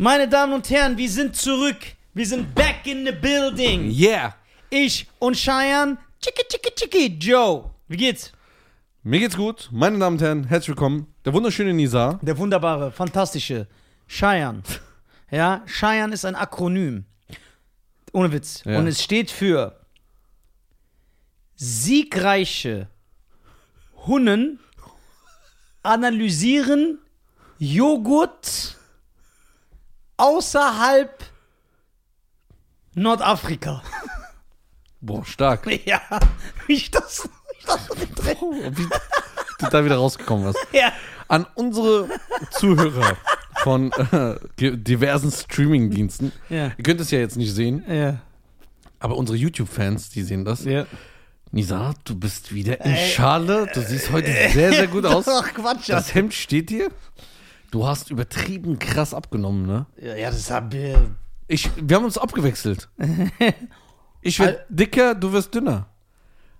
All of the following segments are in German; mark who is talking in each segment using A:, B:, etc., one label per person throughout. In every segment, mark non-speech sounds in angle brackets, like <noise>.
A: Meine Damen und Herren, wir sind zurück. Wir sind back in the building.
B: Yeah.
A: Ich und Cheyenne, Chicki Chicki Chicki Joe. Wie geht's?
B: Mir geht's gut. Meine Damen und Herren, herzlich willkommen. Der wunderschöne Nizar.
A: Der wunderbare, fantastische Cheyenne. Ja, Cheyenne ist ein Akronym. Ohne Witz.
B: Ja.
A: Und es steht für siegreiche Hunnen analysieren Joghurt außerhalb Nordafrika.
B: Boah,
A: <laughs>
B: stark. Oh,
A: Ja, wie ich das, wie ich das so nicht drin.
B: Wie du da wieder rausgekommen warst.
A: Ja.
B: An unsere Zuhörer von äh, ge- diversen Streaming-Diensten.
A: Ja.
B: Ihr könnt es ja jetzt nicht sehen,
A: Ja.
B: aber unsere YouTube-Fans, die sehen das.
A: ja.
B: Nizar, du bist wieder in Schale. Du siehst heute sehr,
A: <laughs>
B: sehr gut aus.
A: Ach, Quatsch.
B: Das Hemd steht dir. Du hast übertrieben krass abgenommen, ne?
A: ja, ja, das hab äh,
B: Ich, wir haben
A: <laughs>
B: uns abgewechselt. Ich werde dicker, du wirst dünner.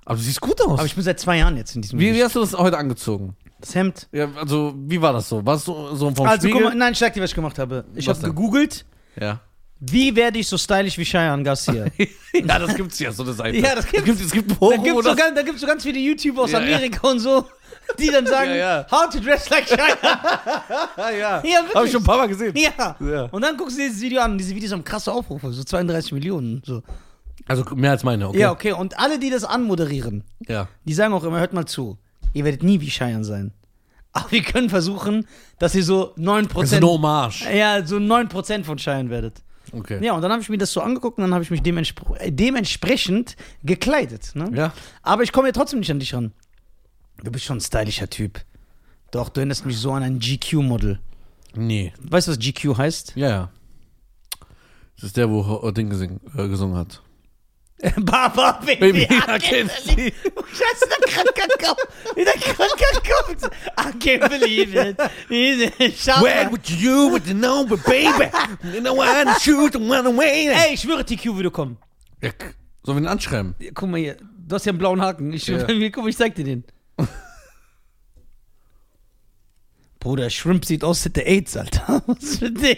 B: Aber du siehst gut aus.
A: Aber ich bin seit zwei Jahren jetzt in diesem
B: wie,
A: Gesicht.
B: wie hast du das heute angezogen?
A: Das Hemd.
B: Ja, also, wie war das so? Warst du so vom
A: Also, guck
B: Spiegel?
A: mal, nein, ich sag dir, was ich gemacht habe. Ich
B: Was
A: habe
B: denn?
A: gegoogelt, <laughs>
B: ja.
A: wie werde ich so stylisch wie Cheyenne Garcia.
B: <laughs> ja, das gibt's ja, so eine Seite.
A: Ja, das gibt's.
B: Es gibt ein
A: Da
B: Forum,
A: gibt's
B: wo
A: so,
B: das-
A: ganz, da gibt's so ganz viele YouTuber aus
B: Ja, ja.
A: Amerika und so, die dann sagen,
B: <laughs> Ja, ja.
A: how to dress like Cheyenne.
B: Ah, ja.
A: Ja, wirklich.
B: Hab ich schon ein paar Mal gesehen.
A: ja.
B: Ja.
A: Und dann guckst du dir dieses Video an. Diese Videos haben krasse Aufrufe, so 32 Millionen. So.
B: Also, mehr als meine, okay?
A: Ja, okay. Und alle, die das anmoderieren,
B: Ja.
A: Die sagen auch immer, hört mal zu, ihr werdet nie wie Cheyenne sein. Aber wir können versuchen, dass ihr so 9%,
B: Das ist eine Hommage.
A: ja, so 9 von Cheyenne werdet.
B: Okay.
A: Ja, und dann habe ich mir das so angeguckt und dann habe ich mich dementspr äh, dementsprechend gekleidet. Ne?
B: Ja.
A: Aber ich komme ja trotzdem nicht an dich ran. Du bist schon ein stylischer Typ. Doch, du erinnerst mich so an ein GQ-Model.
B: Nee.
A: Weißt du, was GQ heißt? <laughs>
B: Ja, ja. Das ist der, wo äh, Ding gesing, äh,
A: <laughs>
B: gesungen hat.
A: Baba
B: Baby,
A: Baby.
B: <laughs> I can see.
A: <laughs> Scheiße, der Krankenkopf. Der Krankenkopf. I can't believe it. Schau
B: Where
A: mal.
B: would you with the
A: <laughs>
B: number, baby? You know I wanna shoot and run away.
A: Ey, ich schwöre, TQ würde kommen.
B: Ja, k- sollen wir ihn anschreiben?
A: Ja, Guck mal hier. Du hast ja einen blauen Haken. Ich schwöre,
B: Ja.
A: mir, <laughs> guck mal, ich zeig dir den. Bruder, Shrimp sieht aus wie der AIDS, Alter. <laughs> Was ist mit dem?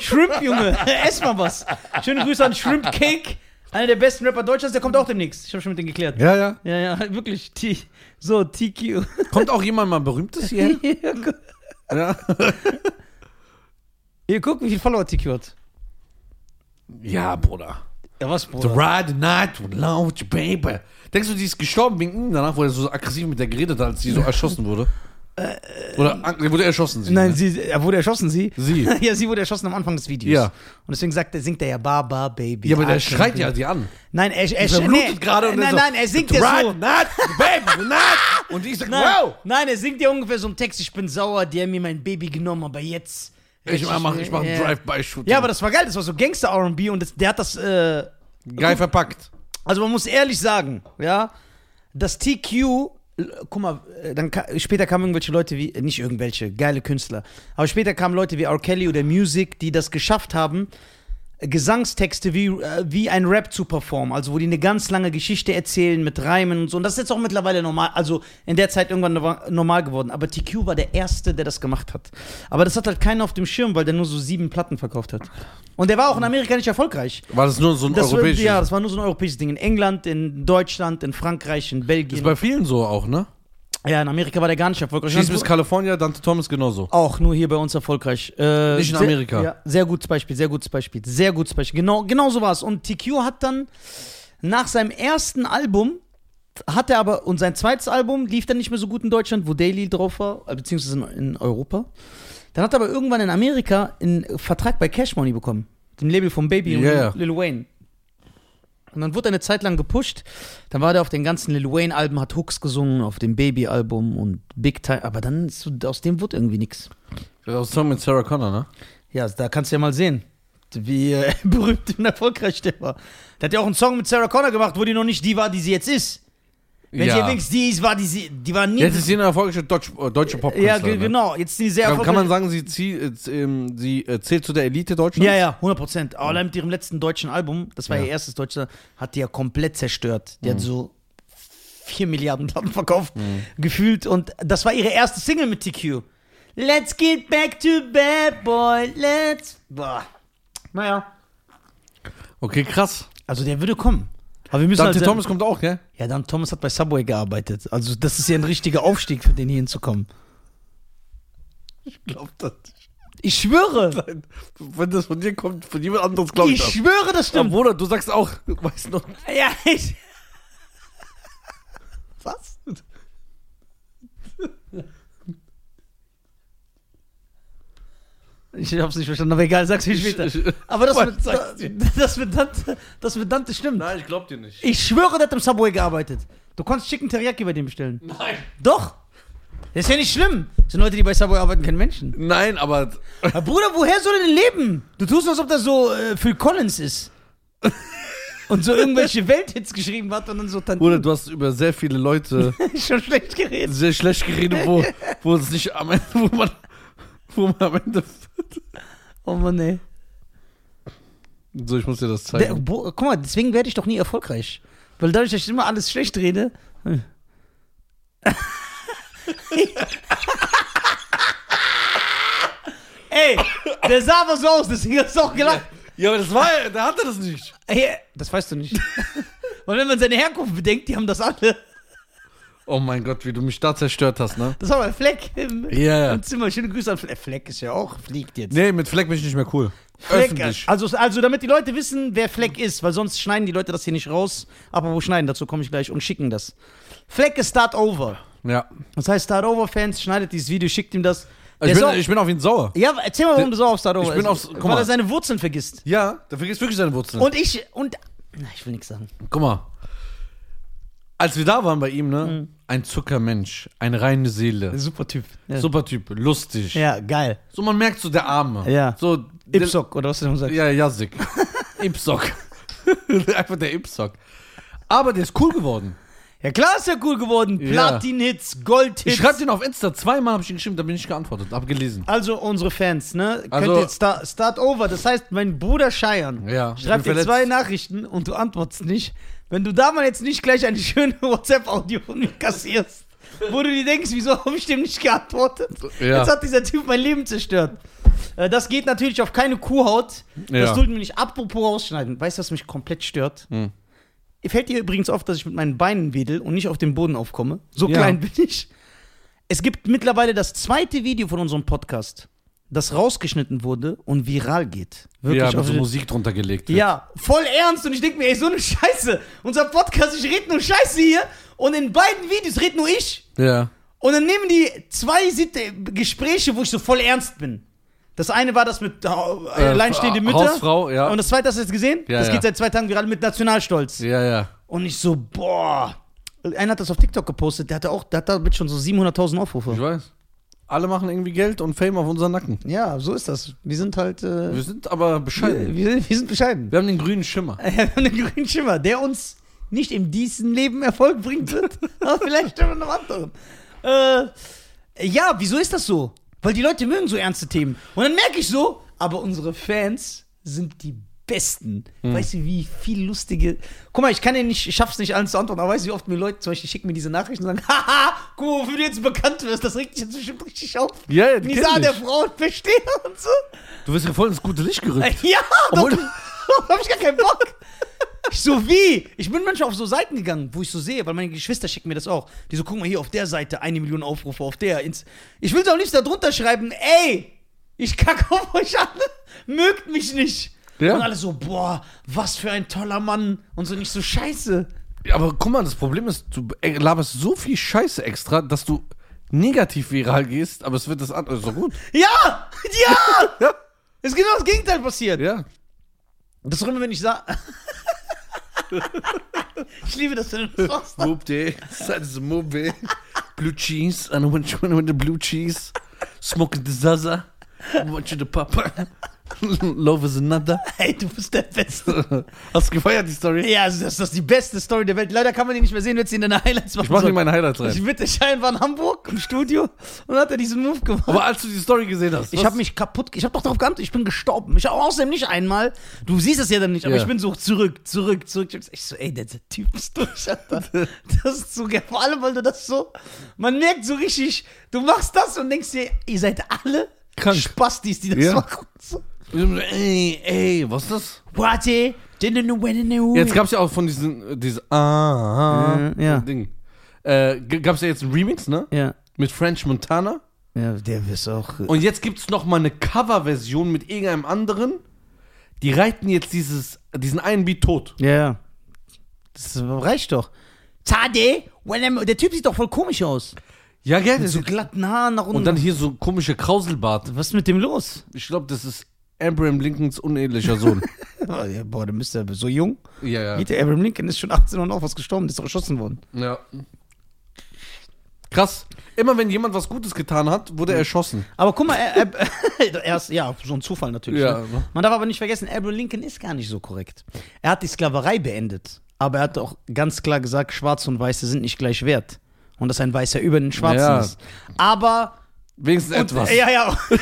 A: Shrimp, Junge. <laughs> Ess mal was. Schöne Grüße an Shrimp Cake. Einer der besten Rapper Deutschlands. Der kommt auch demnächst. Ich habe schon mit dem geklärt.
B: Ja, ja.
A: Ja, ja, <laughs> wirklich. T so, TQ.
B: Kommt auch jemand mal Berühmtes hier?
A: <laughs> Hier, gu
B: ja.
A: hier, guck, wie viel Follower TQ hat.
B: ja, Bruder.
A: Ja, was,
B: The
A: Bruder?
B: ride the night with loud, baby. Denkst du, die ist gestorben wegen ihm danach, wo er so aggressiv mit der geredet hat,
A: <laughs>
B: als sie so erschossen wurde?
A: Äh,
B: Oder an- wurde er erschossen? Sie,
A: Nein,
B: ne?
A: sie er wurde erschossen, sie?
B: Sie.
A: <laughs> ja, sie wurde erschossen am Anfang des Videos.
B: Ja.
A: Und deswegen sagt, er- singt er ja Baba Baby.
B: Ja, aber der
A: I can
B: schreit
A: be-
B: ja die an.
A: Nein, er, er
B: Er blutet
A: nee.
B: gerade und
A: Nein,
B: er so,
A: nein, er singt
B: the
A: ja
B: ride
A: so.
B: the night, baby, the night. Und ich sag,
A: Nein,
B: wow.
A: nein, er singt ja ungefähr so einen Text, ich bin sauer, die haben mir mein Baby genommen, aber jetzt.
B: Ich mach, ich mach einen
A: Ja.
B: Drive-By-Shooter.
A: Ja, aber das war geil, das war so Gangster-RB und das, der hat das, äh,
B: Geil verpackt.
A: Also man muss ehrlich sagen, ja, das TQ, l- guck mal, äh, dann ka später kamen irgendwelche Leute wie, äh, nicht irgendwelche, geile Künstler, aber später kamen Leute wie R. Kelly oder Music, die das geschafft haben, äh, Gesangstexte wie, äh, wie ein Rap zu performen, also wo die eine ganz lange Geschichte erzählen mit Reimen und so. Und das ist jetzt auch mittlerweile normal, also in der Zeit irgendwann no- normal geworden. Aber TQ war der Erste, der das gemacht hat. Aber das hat halt keiner auf dem Schirm, weil der nur so sieben Platten verkauft hat. Und der war auch in Amerika nicht erfolgreich.
B: War das nur so ein
A: Das war,
B: europäisches?
A: ja, das war nur so ein europäisches Ding. In England, in Deutschland, in Frankreich, in
B: Ist
A: Belgien.
B: bei vielen so auch, ne?
A: Ja, in Amerika war der gar nicht erfolgreich.
B: Schieß bis
A: Dann-
B: California, Dante Thomas genauso.
A: auch nur hier bei uns erfolgreich. Äh,
B: Nicht in
A: sehr-
B: Amerika.
A: Ja, sehr gutes Beispiel, sehr gutes Beispiel, sehr gutes Beispiel. Genau, genau so war es. Und TQ hat dann nach seinem ersten Album, hat er aber, und sein zweites Album lief dann nicht mehr so gut in Deutschland, wo Daily drauf war, äh, beziehungsweise in, in Europa. Dann hat er aber irgendwann in Amerika einen Vertrag bei Cash Money bekommen. Dem Label von Baby und
B: Ja, ja.
A: Lil Wayne. Und dann wurde er eine Zeit lang gepusht. Dann war der auf den ganzen Lil Wayne-Alben, hat Hooks gesungen, auf dem Baby-Album und Big Time. Aber dann ist so, aus dem wurde irgendwie nichts.
B: Das war ein Song mit Sarah Connor, ne?
A: Ja, da kannst du ja mal sehen. wie äh, <laughs> berühmt und erfolgreich der war. Der hat ja auch einen Song mit Sarah Connor gemacht, wo die noch nicht die war, die sie jetzt ist. Wenn sie
B: ja.
A: wenigstens die ist, war die sie, die war nie.
B: Jetzt ist sie eine erfolgreiche deutsche, äh, deutsche Popkünstlerin.
A: ja, ge- genau. Jetzt ist sie sehr
B: Kann,
A: erfolgreich.
B: kann man sagen, sie, zieh, äh, z- ähm, sie äh, zählt zu der Elite Deutschlands?
A: ja, ja, 100 Prozent. Aber allein mit ihrem letzten deutschen Album, das war
B: Ja. Mhm.
A: ihr erstes deutsches, hat die ja komplett zerstört. Die hat so 4 Milliarden Platten verkauft, gefühlt. Und das war ihre erste Single mit TQ. Let's get back to bad boy, let's... Boah. Naja.
B: Okay, krass.
A: Also der würde kommen. Aber wir müssen
B: Dante
A: halt
B: Thomas kommt auch, gell?
A: Ja, dann Thomas hat bei Subway gearbeitet. Also das ist ja ein richtiger Aufstieg für den hier hinzukommen.
B: Ich glaub das.
A: Ich
B: <laughs>
A: schwöre.
B: Wenn das von dir kommt, von jemand anderes, glaube
A: Ich schwöre, das
B: Aber
A: stimmt.
B: Bruder, du sagst auch, weißt noch.
A: Ja, ich. Was? Ich hab's nicht verstanden, aber egal, sag's mir später.
B: <laughs>
A: Aber das mit,
B: Sag's dir.
A: <laughs> das mit Dante, das mit Dante stimmt.
B: Nein, ich glaub dir nicht.
A: Ich schwöre, der hat im Subway gearbeitet. Du konntest Chicken Teriyaki bei dem bestellen.
B: Nein.
A: Doch. Das ist ja nicht schlimm. Das sind Leute, die bei Subway arbeiten, keine Menschen.
B: Nein, aber.
A: Aber Bruder, woher soll er denn leben? Du tust, als ob das so äh, Phil Collins ist. Und so <laughs> irgendwelche Welthits geschrieben hat und dann so dann
B: Bruder, du hast über sehr viele <laughs> Leute
A: <laughs> schon schlecht geredet.
B: sehr schlecht geredet, wo, wo es nicht am Ende, wo man, wo man am Ende.
A: Oh Mann, ey.
B: So, ich muss dir das
A: Der,
B: zeigen.
A: Bro, guck mal, deswegen werde ich doch nie erfolgreich. Weil dadurch, dass ich immer alles schlecht rede. Hm. <laughs> ey, der sah aber so aus, deswegen hast du auch gelacht.
B: ja, aber das war, der hatte das nicht.
A: Ey, das weißt du <laughs> nicht. Weil wenn man seine Herkunft bedenkt, die haben das alle.
B: Oh mein Gott, wie du mich da zerstört hast, ne?
A: Das war mein Fleck im,
B: Ja, ja.
A: im Zimmer. Schöne Grüße an Fleck. Fleck ist ja auch, fliegt jetzt.
B: Nee, mit Fleck bin ich nicht mehr cool.
A: Fleck,
B: Öffentlich.
A: also, also damit die Leute wissen, wer Fleck ist, weil sonst schneiden die Leute das hier nicht raus. Aber wo schneiden, dazu komme ich gleich und schicken das. Fleck ist Start Over.
B: Ja.
A: Das heißt, Start Over Fans, schneidet dieses Video, schickt ihm das. Der
B: Ich
A: ist
B: bin,
A: auch-
B: ich bin auf ihn sauer.
A: ja, aber erzähl mal, warum du so auf Start Over
B: Ich bin
A: bist.
B: auf- guck
A: Weil er
B: mal.
A: seine Wurzeln vergisst.
B: Ja, da vergisst wirklich seine Wurzeln.
A: Und ich, und, na, ich will nichts sagen.
B: Guck mal. Als wir da waren bei ihm, ne?
A: Mhm.
B: Ein Zuckermensch, eine reine Seele.
A: Super Typ. Ja,
B: Super Typ, lustig.
A: ja geil.
B: So, man merkt so der Arme.
A: Ja.
B: So, der-
A: Ipsock, oder was du sagst. <laughs>
B: Ja, Jasik. Ipsock. <laughs> Einfach der Ipsock. Aber der ist cool geworden.
A: Ja, klar ist er cool geworden.
B: Ja.
A: Platin-Hits, Gold-Hits.
B: Ich schreibe den auf Insta. Zweimal habe ich ihn geschrieben, da bin ich geantwortet. Hab gelesen.
A: Also unsere Fans, ne?
B: Also-
A: Könnt jetzt sta start over. Das heißt, mein Bruder Scheiern
B: Ja, ich
A: schreibt
B: bin
A: dir
B: verletzt.
A: zwei Nachrichten und du antwortest nicht. Wenn du da mal jetzt nicht gleich eine schöne <laughs> WhatsApp-Audio von mir kassierst, wo du dir denkst, wieso habe ich dem nicht geantwortet?
B: Ja.
A: Jetzt hat dieser Typ mein Leben zerstört. Äh, Das geht natürlich auf keine Kuhhaut. Das
B: Ja. Hm.
A: sollten wir nicht apropos rausschneiden. Weißt du, was mich komplett stört? Fällt dir übrigens auf, dass ich mit meinen Beinen wedel und nicht auf den Boden aufkomme? So
B: Ja.
A: klein bin ich. Es gibt mittlerweile das zweite Video von unserem Podcast, das rausgeschnitten wurde und viral geht.
B: ja, mit
A: auf
B: so
A: den-
B: Musik drunter gelegt. wird.
A: ja, voll ernst und ich denke mir, ey, so eine Scheiße. Unser Podcast, ich rede nur Scheiße hier und in beiden Videos red nur ich.
B: Ja.
A: Und dann nehmen die zwei Sit äh, Gespräche, wo ich so voll ernst bin. Das eine war das mit äh, alleinstehende Mütter.
B: Hausfrau, ja.
A: Und das zweite hast du jetzt gesehen?
B: Ja,
A: das
B: ja.
A: geht seit zwei Tagen viral mit Nationalstolz.
B: Ja, ja.
A: Und ich so, boah. Einer hat das auf TikTok gepostet, der hatte auch, der hat damit schon so 700.000
B: Ich
A: Aufrufe.
B: weiß. Alle machen irgendwie Geld und Fame auf unseren Nacken.
A: Ja, so ist das. Wir sind halt, äh,
B: Wir
A: wir,
B: sind aber bescheiden.
A: wir, wir sind bescheiden.
B: Wir haben den grünen Schimmer.
A: <laughs> Wir haben einen grünen Schimmer, der uns nicht in diesem Leben Erfolg bringt,
B: <laughs>
A: aber vielleicht in einem anderen. Äh, ja, wieso ist das so? Weil die Leute mögen so ernste Themen. Und dann merke ich so, aber unsere Fans sind die Besten.
B: Hm.
A: Weißt du, wie viel lustige. Guck mal, ich kann ja nicht, ich schaff's nicht allen zu antworten, aber weißt du, wie oft mir Leute zum Beispiel schicken mir diese Nachrichten und sagen, <laughs> haha, guck mal, wofür du jetzt bekannt wirst, das regt dich jetzt bestimmt richtig auf.
B: Ja, ja, die
A: Nisa
B: kenn
A: der
B: ich.
A: Frauenversteher und so.
B: Du wirst ja voll ins gute Licht
A: <laughs>
B: gerückt.
A: Ja, doch,
B: Obwohl-
A: da hab ich gar keinen Bock. Ich so, wie? Ich bin manchmal auf so Seiten gegangen, wo ich so sehe, weil meine Geschwister schicken mir das auch. Die so, guck mal hier, auf der Seite eine Million Aufrufe, auf der. Ins ich will doch nicht da drunter schreiben, ey, ich kacke auf euch alle, mögt mich nicht.
B: Ja.
A: Und alle so, boah, was für ein toller Mann. Und so nicht so scheiße.
B: Ja, aber guck mal, das Problem ist, du laberst so viel Scheiße extra, dass du negativ viral gehst, aber es wird das andere so gut.
A: Ja! <laughs> Ja!
B: Ja.
A: Ist genau das Gegenteil passiert.
B: Ja.
A: Das ist auch immer, wenn ich sage. <laughs> ich liebe das, wenn du das machst.
B: Mob Day, that's Mob Day. Blue Cheese, I don't want you to the blue cheese. Smoking the Zaza, I want you the Papa. <laughs> Love is another.
A: Ey, du bist der Beste.
B: <laughs> Hast du gefeiert, die Story?
A: ja, also das, das ist die beste Story der Welt. Leider kann man die nicht mehr sehen, wenn sie in deine Highlights machen
B: Ich mach dir
A: soll.
B: meine Highlights rein.
A: Ich bitte, Schein war in Hamburg im Studio und hat er diesen Move gemacht.
B: Aber als du die Story gesehen hast,
A: Ich
B: was-
A: habe mich kaputt, ich habe doch darauf geantwortet, ich bin gestorben. Ich habe außerdem nicht einmal, du siehst es ja dann nicht, aber
B: Ja.
A: ich bin so zurück, zurück, zurück. Ich so, ey, der, der Typ ist durch, Alter. Das ist so geil. Vor allem, weil du das so, man merkt so richtig, du machst das und denkst dir, ihr seid alle
B: Krank.
A: Spastis, die das
B: Ja.
A: machen. So,
B: Ey, ey, was ist das?
A: Warte,
B: Jetzt
A: jetzt
B: gab's ja auch von diesen, äh, dieses ah, ah
A: Mhm, ja.
B: Ding. Äh, g- gab's ja jetzt einen Remix, ne?
A: Ja.
B: Mit French Montana.
A: ja, der ist auch.
B: Und jetzt gibt's noch mal eine Coverversion mit irgendeinem anderen. Die reiten jetzt dieses, diesen einen Beat tot.
A: Ja. Das reicht doch. Zade, when I'm- der Typ sieht doch voll komisch aus.
B: Ja, gell?
A: Mit so glatten Haaren nach unten.
B: und dann hier so komische Krauselbart.
A: Was ist mit dem los?
B: Ich glaube, das ist Abraham Lincolns unehelicher
A: <laughs>
B: Sohn.
A: Ja, boah, der müsste so jung.
B: ja, ja.
A: Peter Abraham Lincoln ist schon 18 und auch was gestorben, der ist doch erschossen worden.
B: ja. Krass. Immer wenn jemand was Gutes getan hat, wurde
A: Mhm.
B: er erschossen.
A: Aber guck mal, er, er, <laughs> er ist, ja, so ein Zufall natürlich.
B: Ja.
A: Ne? Man darf aber nicht vergessen, Abraham Lincoln ist gar nicht so korrekt. Er hat die Sklaverei beendet, aber er hat auch ganz klar gesagt, Schwarze und Weiße sind nicht gleich wert. Und dass ein Weißer über den Schwarzen
B: Ja.
A: ist. Aber.
B: Wenigstens <laughs> etwas.
A: Ja, ja. <laughs>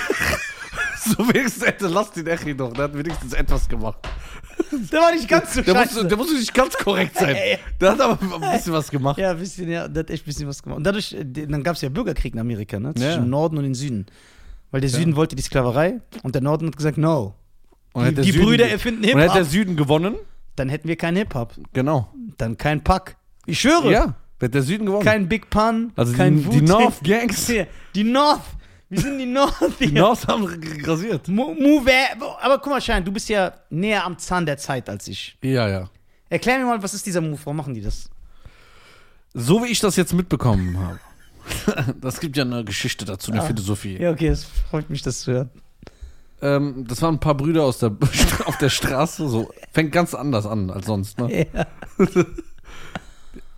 B: So wenigstens hätte, lass den Echi doch, der hat wenigstens etwas gemacht.
A: Der war nicht ganz so
B: Der
A: scheiße.
B: musste, der musste nicht ganz korrekt
A: <laughs>
B: sein.
A: Ey.
B: Der hat aber ein bisschen was gemacht.
A: Ja, ein bisschen, ja, der hat echt ein bisschen was gemacht. Und dadurch, äh, die- dann gab es ja Bürgerkrieg in Amerika, ne? Zwischen
B: Ja.
A: dem Norden und dem Süden. Weil der Süden wollte die Sklaverei und der Norden hat gesagt, no.
B: Und
A: Die-
B: hat der
A: die Brüder
B: ge-
A: erfinden
B: Und
A: Hip-Hop.
B: hat der Süden gewonnen?
A: Dann hätten wir keinen Hip-Hop,
B: Genau.
A: dann kein Pack. Ich schwöre.
B: Ja, hat der Süden gewonnen.
A: Kein Big Pun,
B: also
A: kein
B: die, die
A: Wu-Tang. <laughs>
B: North Gangs, die
A: Hier, Die North. Wir sind die North hier.
B: North haben g- grasiert.
A: Mo- Move. Aber guck mal, Schein, du bist ja näher am Zahn der Zeit als ich.
B: Ja, ja.
A: Erklär mir mal, was ist dieser Move? Warum machen die das?
B: So wie ich das jetzt mitbekommen habe. <laughs> Das gibt ja eine Geschichte dazu, eine Philosophie.
A: Ja, okay, es freut mich, das zu hören.
B: Ähm, das waren ein paar Brüder aus der, <laughs> auf der Straße, so fängt ganz anders an als sonst. Ne?
A: Ja,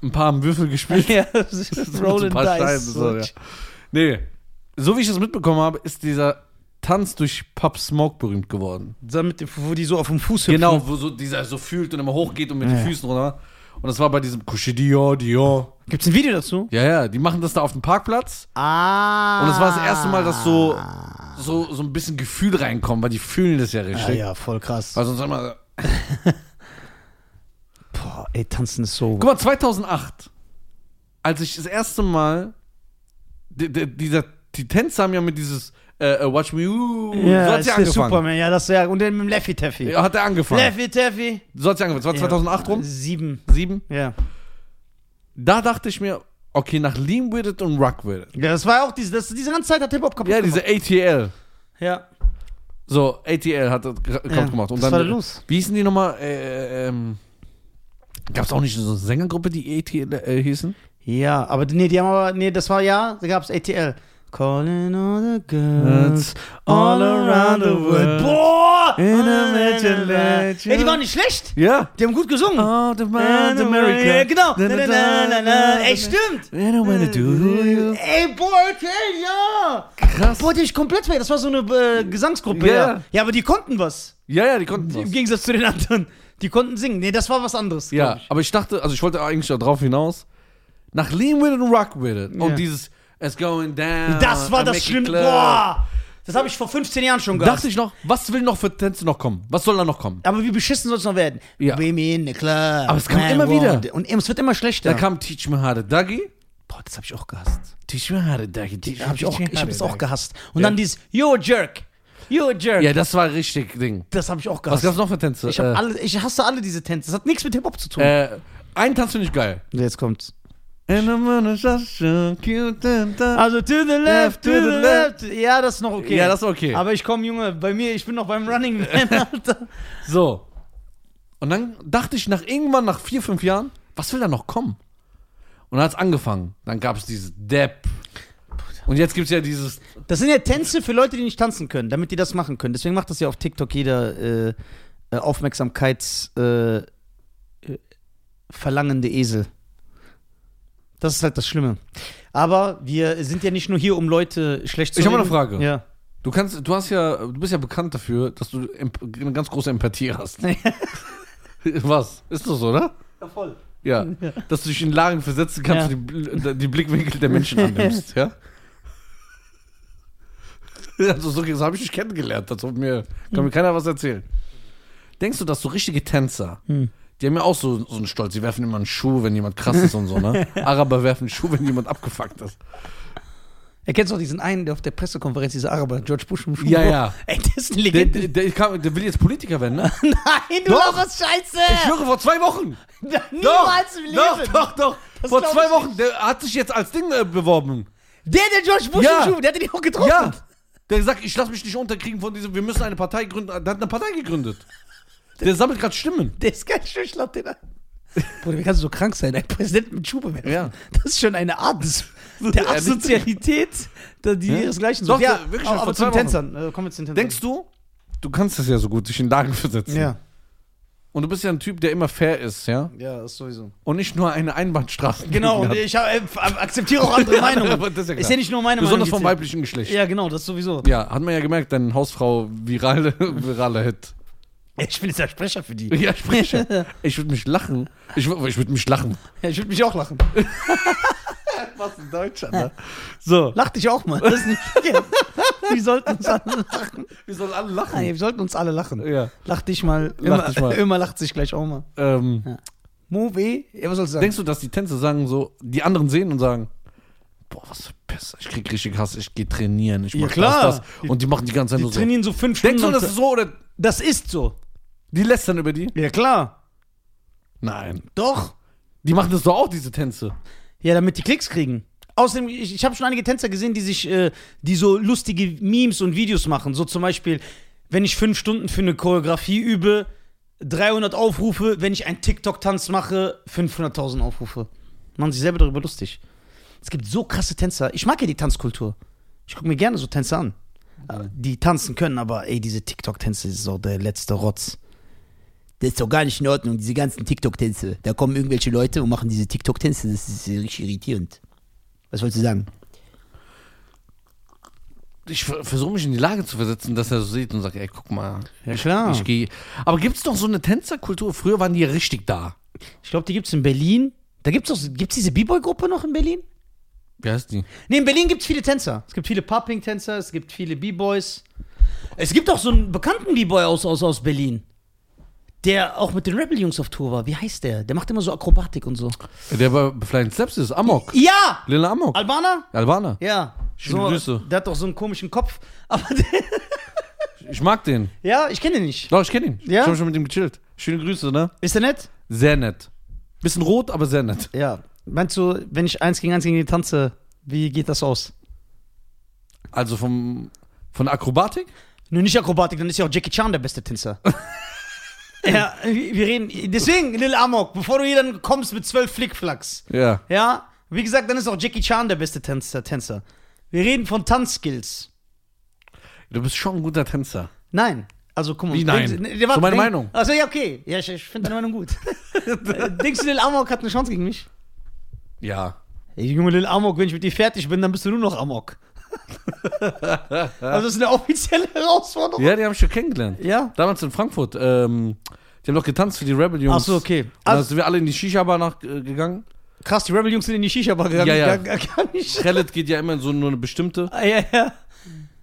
B: Ein paar haben Würfel gespielt.
A: <laughs>
B: <laughs>
A: ja das ist Roll
B: So ein
A: and
B: paar
A: Dice.
B: Scheiben, so, ja. Nee, so wie ich das mitbekommen habe, ist dieser Tanz durch Pop Smoke berühmt geworden.
A: Damit, wo die so auf dem Fuß hüpfen.
B: Genau, wo so dieser so fühlt und immer hochgeht und mit den Füßen runter. Und das war bei diesem Cushidio, Dio.
A: Gibt's ein Video dazu?
B: Ja, ja, die machen das da auf dem Parkplatz.
A: Ah.
B: Und das war das erste Mal, dass so, so, so ein bisschen Gefühl reinkommt, weil die fühlen das ja
A: Ja,
B: richtig.
A: Ah. ja, voll krass.
B: Weil sonst immer,
A: Boah, ey, tanzen ist so.
B: guck mal, 2008, als ich das erste Mal, die, die, dieser, die Tänzer haben ja mit dieses äh, äh, Watch Me, uh, so hat's
A: ja,
B: ja
A: ist der
B: angefangen.
A: Superman, ja, das ja. Und dann mit dem Leffy Taffy.
B: Ja, hat er angefangen.
A: Leffy Taffy.
B: So hat er angefangen. Das war 2008
A: ja.
B: rum,
A: Sieben.
B: 7.
A: Ja.
B: Da dachte ich mir, okay, nach Lean With It und Rock With It.
A: Ja, das war auch diese, das, diese ganze Zeit hat Hip-Hop kaputt
B: Ja, diese ATL.
A: Ja.
B: So, ATL hat das gra- kaputt
A: Ja,
B: gemacht. Und
A: was
B: dann,
A: war da los?
B: Wie hießen die nochmal? Äh, äh, ähm, Gab es auch nicht so eine Sängergruppe, die ATL äh, hießen?
A: Ja, aber nee, die haben aber, nee, das war ja, da gab's ATL. Calling all the girls
B: That's
A: all around the world. Äh, Boah! Ah,
B: In a major
A: Ey,
B: legend.
A: die waren nicht schlecht.
B: Ja.
A: Die haben gut gesungen.
B: the Äh,
A: And America. Ja, genau. Na, na, na, na, na. Ey, stimmt.
B: I don't wanna do you.
A: Ey, boah, okay, ja.
B: Krass.
A: Boah, die hab ich komplett weg. Das war so eine äh, Gesangsgruppe.
B: Ja.
A: Ja. ja, aber die konnten was.
B: Ja, ja, die konnten
A: Im
B: was.
A: Gegensatz zu den anderen. Die konnten singen. Nee, das war was anderes. glaub
B: Ja, aber ich dachte, also ich wollte eigentlich darauf hinaus, nach Lean With It und Rock With It
A: Ja.
B: und dieses It's going down.
A: Das war
B: I make
A: das
B: it
A: Schlimmste.
B: clear.
A: Boah! Das habe ich vor 15 Jahren schon gehabt.
B: Dachte ich noch, was will noch für Tänze noch kommen? Was soll da noch kommen?
A: aber wie beschissen soll es noch werden?
B: Ja.
A: Women in the club. Aber
B: es kam immer wieder.
A: Und es wird immer schlechter.
B: Da kam Teach Me How to Dougie.
A: Boah, das habe ich auch gehasst.
B: Teach Me How to Dougie. Teach
A: Hab ich auch, ich habe es auch
B: gehabt.
A: gehasst. Und dann dieses You're a jerk. You're a jerk.
B: Ja, das war richtig Ding.
A: Das habe ich auch
B: Was
A: gehasst.
B: gab's noch für Tänze?
A: ich, hab alle, ich hasse alle diese Tänze. Das hat nichts mit Hip-Hop zu tun.
B: äh, äh, einen Tanz finde ich geil.
A: Jetzt kommt's.
B: And I'm gonna just so cute and da-
A: Also to the left, to the left. Ja, das ist noch okay.
B: Ja, das ist okay.
A: Aber ich komme, Junge, bei mir, ich bin noch beim Running Man, <laughs> Alter.
B: So. Und dann dachte ich nach irgendwann, nach vier, fünf Jahren, was will da noch kommen? Und dann hat's angefangen. Dann gab's dieses Depp. Und jetzt gibt's ja dieses.
A: Das sind ja Tänze für Leute, die nicht tanzen können, damit die das machen können. Deswegen macht das ja auf TikTok jeder äh, äh, Aufmerksamkeits äh, äh, verlangende Esel. Das ist halt das Schlimme. Aber wir sind ja nicht nur hier, um Leute schlecht zu
B: Ich hab mal
A: reden.
B: eine Frage.
A: Ja.
B: Du Du kannst, du hast ja, du bist ja bekannt dafür, dass du emp- eine ganz große Empathie hast. <laughs> Was? Ist das so, oder?
A: Ja, voll.
B: Ja. Dass du dich in Lagen versetzen kannst
A: Ja.
B: und die, Bl- äh, die Blickwinkel der Menschen annimmst, ja? <laughs> Also so, so habe ich dich kennengelernt. Das hat mir, kann mir keiner was erzählen. Denkst du, dass so richtige Tänzer, die haben ja auch so, so einen Stolz, die werfen immer einen Schuh, wenn jemand krass ist und so, ne? Araber werfen einen Schuh, wenn jemand abgefuckt ist.
A: Erkennst du auch diesen einen, der auf der Pressekonferenz, dieser Araber, George Bush im Schuh
B: Ja, ja.
A: Ey, das ist eine
B: Der,
A: Legende. <laughs>
B: der, der, kam, der will jetzt Politiker werden, ne?
A: Nein, du
B: Doch.
A: was Scheiße!
B: Ich schwöre, vor zwei Wochen.
A: Niemals im Leben!
B: Doch, doch, doch.
A: Das
B: Vor
A: glaub
B: zwei
A: ich
B: Wochen, der hat sich jetzt als Ding äh, beworben.
A: Der, der George Bush
B: Ja.
A: im Schuh, der hat den auch getroffen.
B: Ja. Der sagt, ich lasse mich nicht unterkriegen von diesem, wir müssen eine Partei gründen. Der hat eine Partei gegründet. Der sammelt gerade Stimmen.
A: Der ist ganz schön schlapp, den an. Bruder, wie kannst du so krank sein? Ein Präsident mit Schuh bewerfen.
B: Ja.
A: Das ist schon eine Art
B: <laughs>
A: des, der
B: Ja, nicht?
A: Asozialität, da die ihresgleichen
B: Doch,
A: sucht.
B: der- wirklich schon
A: aber,
B: vor
A: aber
B: zwei
A: zum
B: Wochen.
A: Tänzern. Also, kommen wir zu den Tänzern.
B: Denkst du, du kannst das ja so gut, dich in Lagen versetzen.
A: Ja,
B: Und du bist ja ein Typ, der immer fair ist, ja?
A: ja, das sowieso.
B: Und nicht nur eine Einbahnstraße.
A: Genau, und ich hab, äh, akzeptiere auch
B: <laughs>
A: andere Meinungen.
B: Das ist ja klar.
A: Ist ja nicht nur meine
B: Besonders vom
A: Meinung. die
B: weiblichen Geschlecht.
A: zählt. Ja, genau, das sowieso.
B: Ja, hat man ja gemerkt, deine Hausfrau virale, <laughs> viraler Hit.
A: <laughs> Ich bin jetzt der Sprecher für die.
B: Ja, sprich. Ich würde mich lachen. Ich, wür- ich würde mich lachen.
A: Ja, ich würde mich auch lachen.
B: Was in Deutschland, ne? So.
A: Lach dich auch mal. Das ist <laughs> nicht verkehrt. wir sollten uns alle lachen.
B: Wir sollen alle lachen.
A: Nein, wir sollten uns alle lachen.
B: Ja.
A: Lach dich mal. Immer,
B: Lach dich mal.
A: immer lacht sich gleich auch mal.
B: Ähm,
A: Move, eh? ja, was sollst du sagen?
B: Denkst du, dass die Tänzer sagen so, die anderen sehen und sagen, boah, was für Pisser, ich krieg richtig Hass, ich geh trainieren, ich
A: Ja,
B: mach
A: klar.
B: das, das. Und die machen die ganze Zeit
A: die
B: nur so.
A: trainieren Also so fünf
B: Denkst du,
A: Stunden.
B: das ist so oder
A: das ist so.
B: die lästern über die?
A: Ja, klar.
B: Nein.
A: Doch.
B: Die machen das doch auch, diese Tänze.
A: Ja, damit die Klicks kriegen. Außerdem, ich, ich habe schon einige Tänzer gesehen, die sich, äh, die so lustige Memes und Videos machen. So zum Beispiel, wenn ich fünf Stunden für eine Choreografie übe, 300 Aufrufe. Wenn ich einen TikTok-Tanz mache, 500.000 Aufrufe. Machen sich selber darüber lustig. Es gibt so krasse Tänzer. Ich mag ja die Tanzkultur. Ich gucke mir gerne so Tänzer an. Äh, Die tanzen können, aber ey, diese TikTok-Tänze ist so der letzte Rotz.
C: Das ist doch gar nicht in Ordnung, diese ganzen TikTok-Tänze. Da kommen irgendwelche Leute und machen diese TikTok-Tänze. Das ist äh, richtig irritierend. Was wolltest du sagen?
B: Ich versuche mich in die Lage zu versetzen, dass er so sieht und sagt, ey, guck mal,
A: Ja, klar.
B: ich gehe. Aber gibt's noch so eine Tänzerkultur? Früher waren die ja richtig da.
A: Ich glaube, die gibt es in Berlin. Da gibt es gibt's diese B-Boy-Gruppe noch in Berlin?
B: Wie heißt die?
A: Nee, in Berlin gibt es viele Tänzer. Es gibt viele Popping-Tänzer, es gibt viele B-Boys. Es gibt auch so einen bekannten B-Boy aus, aus, aus Berlin, der auch mit den Rebel-Jungs auf Tour war. Wie heißt der? Der macht immer so Akrobatik und so.
B: Der war Flying Steps ist Amok.
A: Ja!
B: Lilla Amok.
A: Albaner?
B: Albaner.
A: Ja.
B: Schöne
A: so,
B: Grüße.
A: Der hat doch so einen komischen Kopf. <laughs> Aber der,
B: Ich mag den.
A: ja, ich kenne den nicht.
B: Doch, ich kenne ihn.
A: Ja?
B: Ich habe schon mit ihm gechillt. Schöne Grüße, ne?
A: Ist der nett?
B: Sehr nett. Bisschen rot, aber sehr nett.
A: Ja. Meinst du, wenn ich eins gegen eins gegen ihn tanze, wie geht das aus?
B: Also vom, von Akrobatik?
A: Nur nicht Akrobatik, dann ist ja auch Jackie Chan der beste Tänzer. <laughs> ja, wir wir reden. Deswegen, Lil Amok, bevor du hier dann kommst mit zwölf Flickflacks.
B: Ja.
A: Ja, wie gesagt, dann ist auch Jackie Chan der beste Tänzer. Tänzer. Wir reden von Tanzskills.
B: Du bist schon ein guter Tänzer.
A: Nein. Also, guck mal.
B: Wie nein?
A: denkst- nee,
B: So meine
A: denk-
B: Meinung.
A: Achso, ja, okay. Ja, ich, ich finde deine Meinung
B: <laughs>
A: gut. Äh, Denkst du, Lil Amok hat eine Chance gegen mich?
B: Ja.
A: Ey, Junge, Lil Amok, wenn ich mit dir fertig bin, dann bist du nur noch Amok.
B: <laughs>
A: also, das ist eine offizielle Herausforderung.
B: Ja, die haben ich schon kennengelernt.
A: Ja.
B: Damals in Frankfurt. Ähm, die haben doch getanzt für die Rebel-Jungs.
A: Ach so, okay.
B: Und dann
A: Also-
B: sind wir alle in die Shisha-Bar nach- äh, gegangen.
A: Krass, die Rebel-Jungs sind in die Shisha-Bar gegangen.
B: Ja, ja.
A: Gar, gar nicht.
B: Trellet geht ja immer in so nur eine bestimmte.
A: Ah, Ja, ja.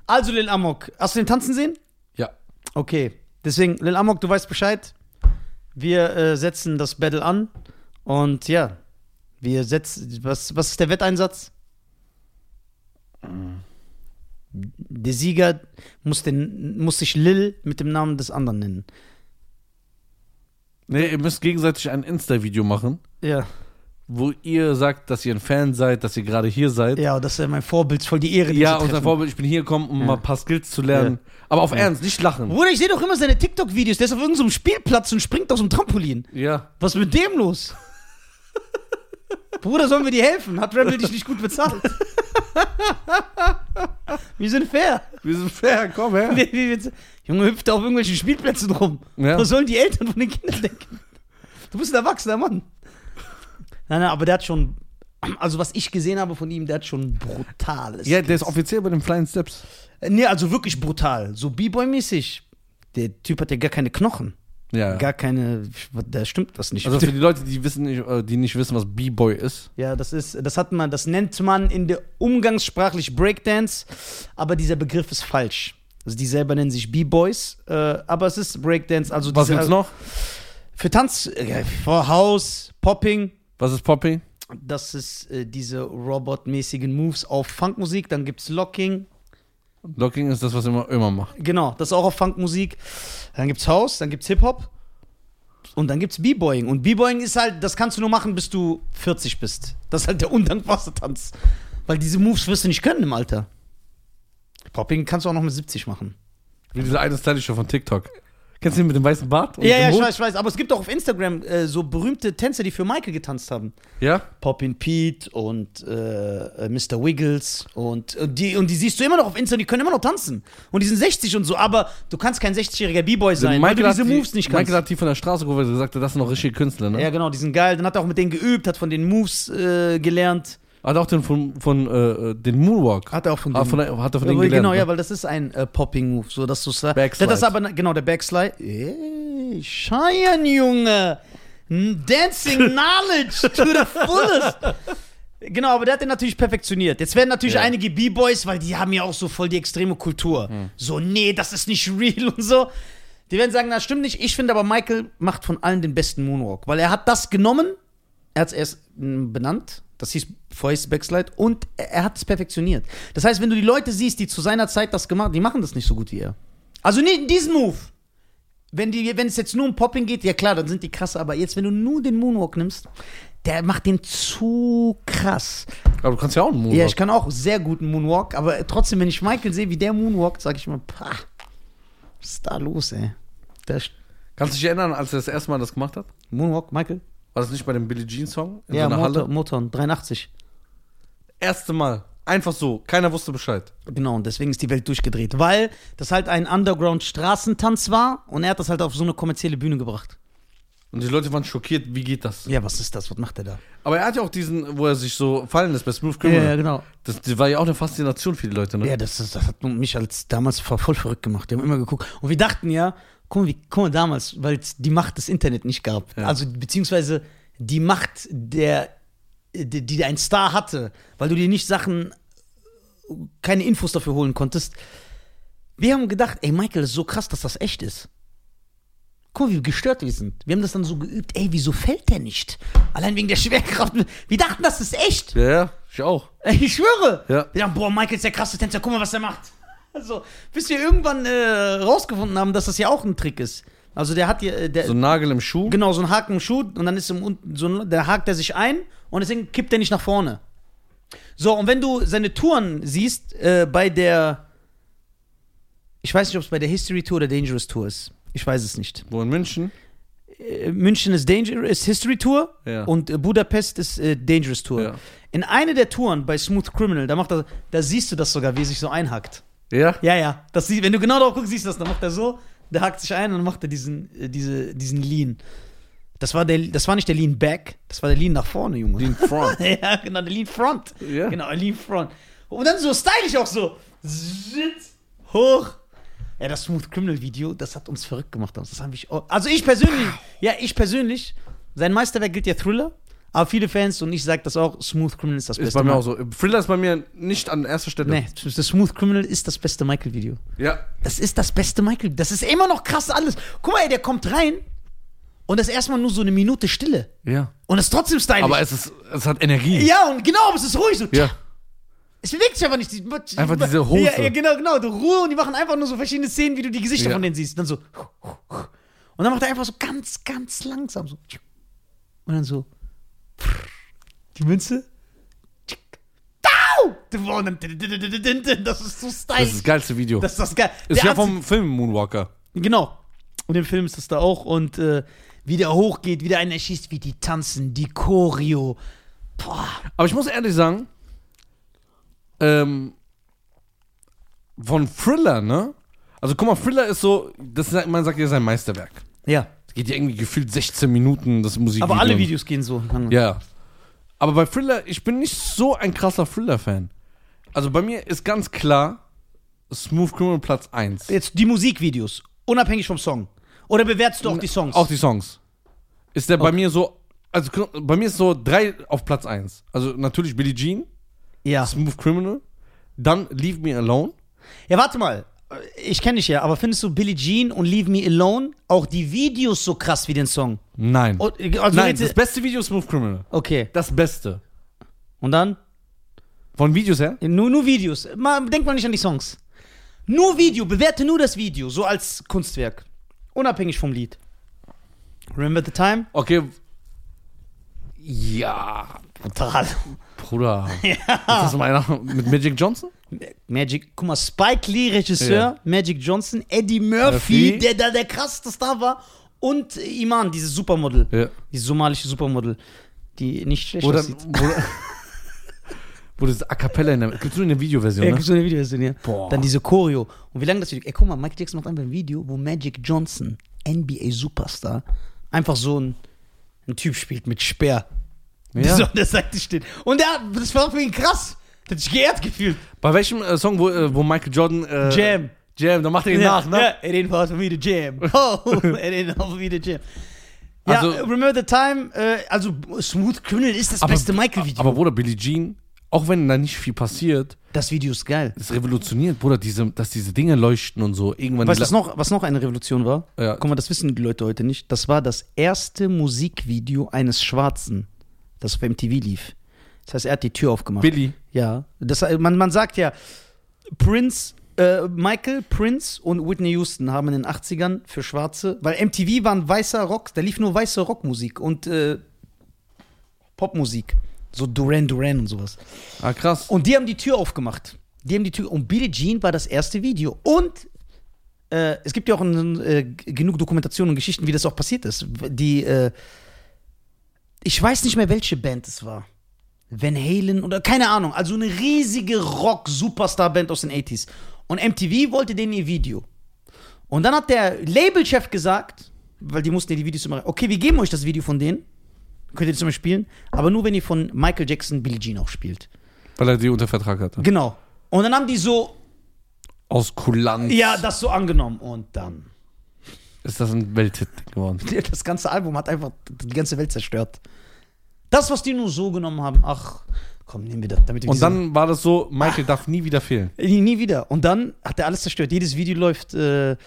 A: Also Lil Amok, hast du den tanzen sehen?
B: Ja.
A: Okay, deswegen Lil Amok, du weißt Bescheid. Wir äh, setzen das Battle an und ja, wir setzen. Was, was ist der Wetteinsatz? Der Sieger muss, den, muss sich Lil mit dem Namen des anderen nennen.
B: Nee, ihr müsst gegenseitig ein Insta-Video machen,
A: Ja,
B: wo ihr sagt, dass ihr ein Fan seid, dass ihr gerade hier seid.
A: ja, das ist ja mein Vorbild, voll die Ehre. den
B: Ja,
A: zu
B: unser
A: treffen.
B: Vorbild, ich bin hier gekommen, um mal ein paar Skills zu lernen. Aber auf Ernst, nicht lachen.
A: Bruder, ich sehe doch immer seine TikTok-Videos. Der ist auf irgendeinem Spielplatz und springt aus dem Trampolin.
B: Ja.
A: Was ist mit dem los? Bruder, sollen wir dir helfen? Hat Rebel dich nicht gut
B: <laughs>
A: bezahlt? wir sind fair.
B: Wir sind fair, komm her.
A: Wir, wir, wir, Junge hüpft auf irgendwelchen Spielplätzen rum.
B: Ja.
A: Was sollen die Eltern von den Kindern denken? Du bist ein erwachsener Mann. Nein, nein, aber der hat schon Also, was ich gesehen habe von ihm, der hat schon brutales.
B: Ja, der ist
A: Skills.
B: offiziell bei den Flying Steps.
A: Äh, Nee, also wirklich brutal. So B-Boy-mäßig. Der Typ hat ja gar keine Knochen.
B: Ja.
A: Gar keine. Da stimmt was nicht.
B: Also für die Leute, die wissen, nicht, äh, die nicht wissen, was B-Boy ist.
A: ja, das ist, das hat man, das nennt man in der umgangssprachlich Breakdance, aber dieser Begriff ist falsch. Also die selber nennen sich B-Boys, äh, aber es ist Breakdance. Also
B: Was
A: diese-
B: gibt's noch?
A: Für Tanz, äh, für House, Popping,
B: Was ist Poppy?
A: das ist äh, diese robotmäßigen Moves auf Funkmusik, dann gibt's Locking,
B: Locking ist das, was immer immer macht.
A: genau, das ist auch auf Funkmusik. Dann gibt's House, dann gibt's Hip-Hop und dann gibt's B-Boying. Und B-Boying ist halt, das kannst du nur machen, bis du 40 bist. Das ist halt der undankbarste Tanz. Weil diese Moves wirst du nicht können im Alter. Popping kannst du auch noch mit 70 machen.
B: Wie dieser eine Stylische von TikTok. Kennst du den mit dem weißen Bart? und
A: Ja,
B: dem
A: ja, ich
B: Hut?
A: weiß, ich weiß. Aber es gibt auch auf Instagram äh, so berühmte Tänzer, die für Michael getanzt haben.
B: Ja?
A: Poppin' Pete und äh, äh, Mr. Wiggles und, und, die, und die siehst du immer noch auf Insta, die können immer noch tanzen. Und die sind 60 und so, aber du kannst kein 60-jähriger B-Boy sein, weil du
B: Michael hat
A: diese
B: die-
A: Moves nicht kannst.
B: Michael hat die von der Straße geholt, weil er gesagt hat, das sind noch richtige Künstler, ne?
A: ja, genau, die sind geil. Dann hat er auch mit denen geübt, hat von den Moves äh, gelernt.
B: Hat auch den von, von äh, äh, den Moonwalk.
A: Hat er auch von
B: Ah,
A: denen-
B: von, der- hat er von denen
A: Aber
B: gelernt.
A: genau, ja,
B: ne?
A: weil das ist ein äh, Popping-Move, so dass du
B: Backslide.
A: Das ist aber, genau, der Backslide. Ey, Cheyenne, Junge! N-
B: <laughs>
A: Dancing Knowledge to the fullest! Genau, aber der hat den natürlich perfektioniert. Jetzt werden natürlich
B: Ja.
A: einige B-Boys, weil die haben ja auch so voll die extreme Kultur.
B: Hm.
A: So, nee, das ist nicht real und so. Die werden sagen, das stimmt nicht. Ich finde aber, Michael macht von allen den besten Moonwalk, weil er hat das genommen, er hat es erst mm, benannt, das hieß Voice Backslide, und er, er hat es perfektioniert. Das heißt, wenn du die Leute siehst, die zu seiner Zeit das gemacht die machen das nicht so gut wie er. Also nicht in diesem Move. Wenn, die, wenn es jetzt nur um Popping geht, ja klar, dann sind die krass, aber jetzt, wenn du nur den Moonwalk nimmst, der macht den zu krass.
B: aber du kannst ja auch einen Moonwalk.
A: Ja, ich kann auch sehr guten Moonwalk, aber trotzdem, wenn ich Michael sehe, wie der Moonwalk, sag ich immer, pah, was ist da los, ey? Der Sch-
B: Kannst du dich erinnern, als er das erste Mal das gemacht hat?
A: Moonwalk, Michael?
B: War das nicht bei dem Billie Jean Song in
A: ja,
B: so einer
A: Motor,
B: Halle?
A: Motorn, 83.
B: Erste Mal. Einfach so. Keiner wusste Bescheid.
A: Genau, und deswegen ist die Welt durchgedreht, weil das halt ein Underground-Straßentanz war und er hat das halt auf so eine kommerzielle Bühne gebracht.
B: Und die Leute waren schockiert, wie geht das?
A: Ja, was ist das? Was macht er da?
B: Aber er hat ja auch diesen, wo er sich so fallen lässt bei Smooth Criminal.
A: Ja, ja, genau.
B: Das, das war ja auch eine Faszination für die Leute, ne?
A: Ja, das, ist, das hat mich als damals ver- voll verrückt gemacht. Die haben immer geguckt. Und wir dachten ja, guck mal, wie, guck mal damals, weil es die Macht des Internet nicht gab.
B: Ja.
A: Also beziehungsweise die Macht, der, die, die ein Star hatte, weil du dir nicht Sachen, keine Infos dafür holen konntest. Wir haben gedacht, ey, Michael, das ist so krass, dass das echt ist. Guck mal, wie gestört wir sind. Wir haben das dann so geübt, ey, wieso fällt der nicht? Allein wegen der Schwerkraft. Wir dachten, das ist echt.
B: Ja, ja, ich auch.
A: Ich schwöre.
B: Ja.
A: Wir dachten, boah, Michael ist der krasse Tänzer, guck mal, was er macht. Also, bis wir irgendwann äh, rausgefunden haben, dass das ja auch ein Trick ist. Also, der hat ja, äh, der,
B: So ein Nagel im Schuh.
A: genau, so einen Haken im Schuh und dann ist im, unten so ein, der hakt er sich ein und deswegen kippt er nicht nach vorne. So, und wenn du seine Touren siehst, äh, bei der, ich weiß nicht, ob es bei der History Tour oder Dangerous Tour ist. Ich weiß es nicht.
B: Wo in München?
A: Äh, München ist Danger ist History Tour
B: Ja.
A: und äh, Budapest ist äh, Dangerous Tour.
B: Ja.
A: In einer der Touren bei Smooth Criminal, da macht er, da siehst du das sogar, wie er sich so einhackt.
B: Ja.
A: Ja, ja. Das, sie- wenn du genau darauf guckst, siehst du das. Dann macht er so, der hakt sich ein und dann macht er diesen, äh, diese, diesen Lean. Das war, der, das war nicht der Lean Back, das war der Lean nach vorne, Junge.
B: Lean
A: <laughs>
B: Front.
A: ja, genau, der Lean Front.
B: Ja.
A: Genau, Lean Front. Und dann so stylisch auch so. Shit, hoch. Ja, das Smooth Criminal Video, das hat uns verrückt gemacht. Das haben ich, also ich persönlich, ja, ich persönlich, sein Meisterwerk gilt ja Thriller, aber viele Fans und ich sage das auch, Smooth Criminal ist das
B: Ist
A: beste.
B: bei mir
A: Mi-
B: auch so. Thriller ist bei mir nicht an erster Stelle.
A: Nee, das Smooth Criminal ist das beste Michael Video.
B: Ja.
A: Das ist das beste Michael. Das ist immer noch krass alles. Guck mal, ey, der kommt rein und das ist erstmal nur so eine Minute Stille.
B: Ja.
A: Und das ist trotzdem stylisch.
B: Aber es, ist, es hat Energie.
A: ja, und genau, aber es ist ruhig so.
B: Ja.
A: Es bewegt sich aber nicht. Die-
B: Einfach diese Hose.
A: Ja, ja, genau, genau. Du Ruhe und die machen einfach nur so verschiedene Szenen, wie du die Gesichter
B: Ja.
A: von denen siehst. Dann so. Und dann macht er einfach so ganz, ganz langsam so. Und dann so. Die Münze. Tau! Das ist so
B: Das ist das
A: stylisch.
B: geilste Video.
A: Das ist das geil.
B: ist
A: Der
B: ja
A: hat sich-
B: vom Film Moonwalker.
A: Genau. Und im Film ist das da auch. Und äh, wie der hochgeht, wie der einen erschießt, wie die tanzen, die Choreo. Boah.
B: Aber ich muss ehrlich sagen, ähm, von Thriller, ne? Also guck mal, Thriller ist so, das ist, man sagt ja sein Meisterwerk.
A: Ja.
B: Es geht ja irgendwie gefühlt 16 Minuten, das Musikvideo.
A: Aber alle Videos gehen so.
B: Ja. Aber bei Thriller, ich bin nicht so ein krasser Thriller-Fan. Also bei mir ist ganz klar Smooth Criminal Platz 1.
A: Jetzt die Musikvideos, unabhängig vom Song. Oder bewertest du auch die Songs?
B: Auch die Songs. Ist der bei mir so, also kn- bei mir ist so drei auf Platz 1. Also natürlich Billie Jean,
A: ja.
B: Smooth Criminal, dann Leave Me Alone.
A: ja, warte mal. Ich kenne dich ja, aber findest du Billie Jean und Leave Me Alone auch die Videos so krass wie den Song?
B: Nein.
A: Und- also
B: Nein,
A: jetzt-
B: das beste Video ist Smooth Criminal.
A: okay.
B: Das beste.
A: Und dann?
B: Von Videos her?
A: Nur, nur Videos. Mal, denk mal nicht an die Songs. Nur Video, bewerte nur das Video, so als Kunstwerk. Unabhängig vom Lied. Remember the time?
B: Okay. Ja,
A: Total.
B: <laughs> Bruder. Ist das meiner mit Magic Johnson?
A: Magic, guck mal, Spike Lee Regisseur,
B: Ja.
A: Magic Johnson, Eddie Murphy,
B: Murphy.
A: der da der krasseste da war, und Iman, diese Supermodel,
B: Ja.
A: die somalische Supermodel, die nicht schlecht
B: Wo, dann,
A: aussieht.
B: wo, wo das A Cappella in der. Gibt's nur in der Videoversion,
A: Ja,
B: ne?
A: gibt's so eine Videoversion, ja.
B: Boah.
A: Dann diese Choreo. Und wie lange das Video. Ey, guck mal, Michael Jackson macht einfach ein Video, wo Magic Johnson, NBA Superstar, einfach so ein, ein Typ spielt mit Speer.
B: Ja.
A: So an <laughs> der Seite steht. Und der, das war für ihn krass. Der hat sich geehrt gefühlt.
B: Bei welchem äh, Song, wo, äh, wo Michael Jordan. Äh,
A: Jam.
B: Jam, dann macht er ihn nach, ne?
A: Ja, it ain't far from me to
B: <laughs>
A: jam. Oh, it ain't far from me to jam. Ja,
B: Also-
A: Remember the Time, äh, also Smooth Criminal ist das beste Michael-Video.
B: Aber Bruder, Billie Jean, auch wenn da nicht viel passiert,
A: das Video ist geil.
B: ist revolutioniert, Bruder, diese, dass diese Dinge leuchten und so. Irgendwann.
A: Weißt du,
B: die
A: was noch, was noch eine Revolution war?
B: Ja.
A: Guck mal, das wissen die Leute heute nicht. Das war das erste Musikvideo eines Schwarzen, das auf MTV lief. Das heißt, er hat die Tür aufgemacht.
B: Billy.
A: Ja. Das, äh, man, man sagt ja, Prince, äh, Michael, Prince und Whitney Houston haben in den 80ern für Schwarze, weil MTV war ein weißer Rock, da lief nur weiße Rockmusik und äh, Popmusik. So Duran Duran und sowas.
B: Ah, krass.
A: Und die haben die Tür aufgemacht. Die haben die Tür. Und Billie Jean war das erste Video. Und äh, es gibt ja auch einen, äh, g- genug Dokumentationen und Geschichten, wie das auch passiert ist. W- Die, äh, ich weiß nicht mehr, welche Band es war. Van Halen oder keine Ahnung. Also eine riesige Rock-Superstar-Band aus den 80s. Und MTV wollte denen ihr Video. Und dann hat der Labelchef gesagt, weil die mussten ja die Videos immer, okay, wir geben euch das Video von denen. Könnt ihr das immer spielen, aber nur wenn ihr von Michael Jackson Billie Jean auch spielt.
B: Weil er die unter Vertrag hatte.
A: Genau. Und dann haben die so,
B: Aus Kulanz
A: ja, das so angenommen. Und dann.
B: ist das ein Welthit geworden.
A: Das ganze Album hat einfach die ganze Welt zerstört. Das, was die nur so genommen haben, ach, komm, nehmen wir das. Damit wir
B: Und
A: diese-
B: dann war das so, Michael
A: Ah.
B: darf nie wieder fehlen.
A: Nie, nie wieder. Und dann hat er alles zerstört. Jedes Video läuft äh,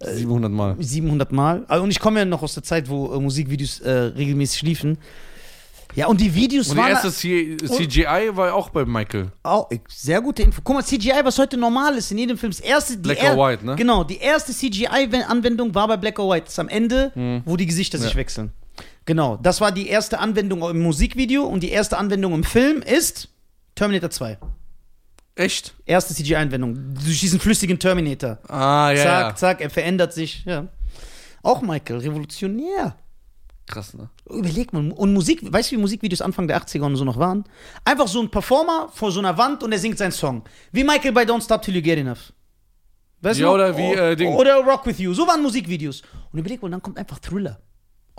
B: 700 Mal.
A: 700 Mal. Also, und ich komme ja noch aus der Zeit, wo äh, Musikvideos äh, regelmäßig liefen. Ja, und die Videos
B: Und die
A: waren. halt-
B: erste C CGI war auch bei Michael.
A: Au, ich- sehr gute Info. Guck mal, CGI, was heute normal ist in jedem Film. Das erste, die
B: Black
A: er-
B: or White, ne?
A: Genau, die erste CGI-Anwendung war bei Black or White. Das ist am Ende,
B: Hm.
A: wo die Gesichter sich wechseln. Genau, das war die erste Anwendung im Musikvideo und die erste Anwendung im Film ist Terminator 2.
B: Echt?
A: Erste CGI-Anwendung. Durch diesen flüssigen Terminator.
B: Ah, ja.
A: zack,
B: ja.
A: zack, er verändert sich. Ja. Auch Michael, revolutionär.
B: Krass, ne?
A: Überleg mal, und Musik, weißt du, wie Musikvideos Anfang der 80er und so noch waren? Einfach so ein Performer vor so einer Wand und er singt seinen Song. Wie Michael bei Don't Stop Till You Get Enough. Weißt
B: Ja,
A: du?
B: oder wie, äh, Ding.
A: Oder Rock With You. So waren Musikvideos. Und überleg mal, dann kommt einfach Thriller.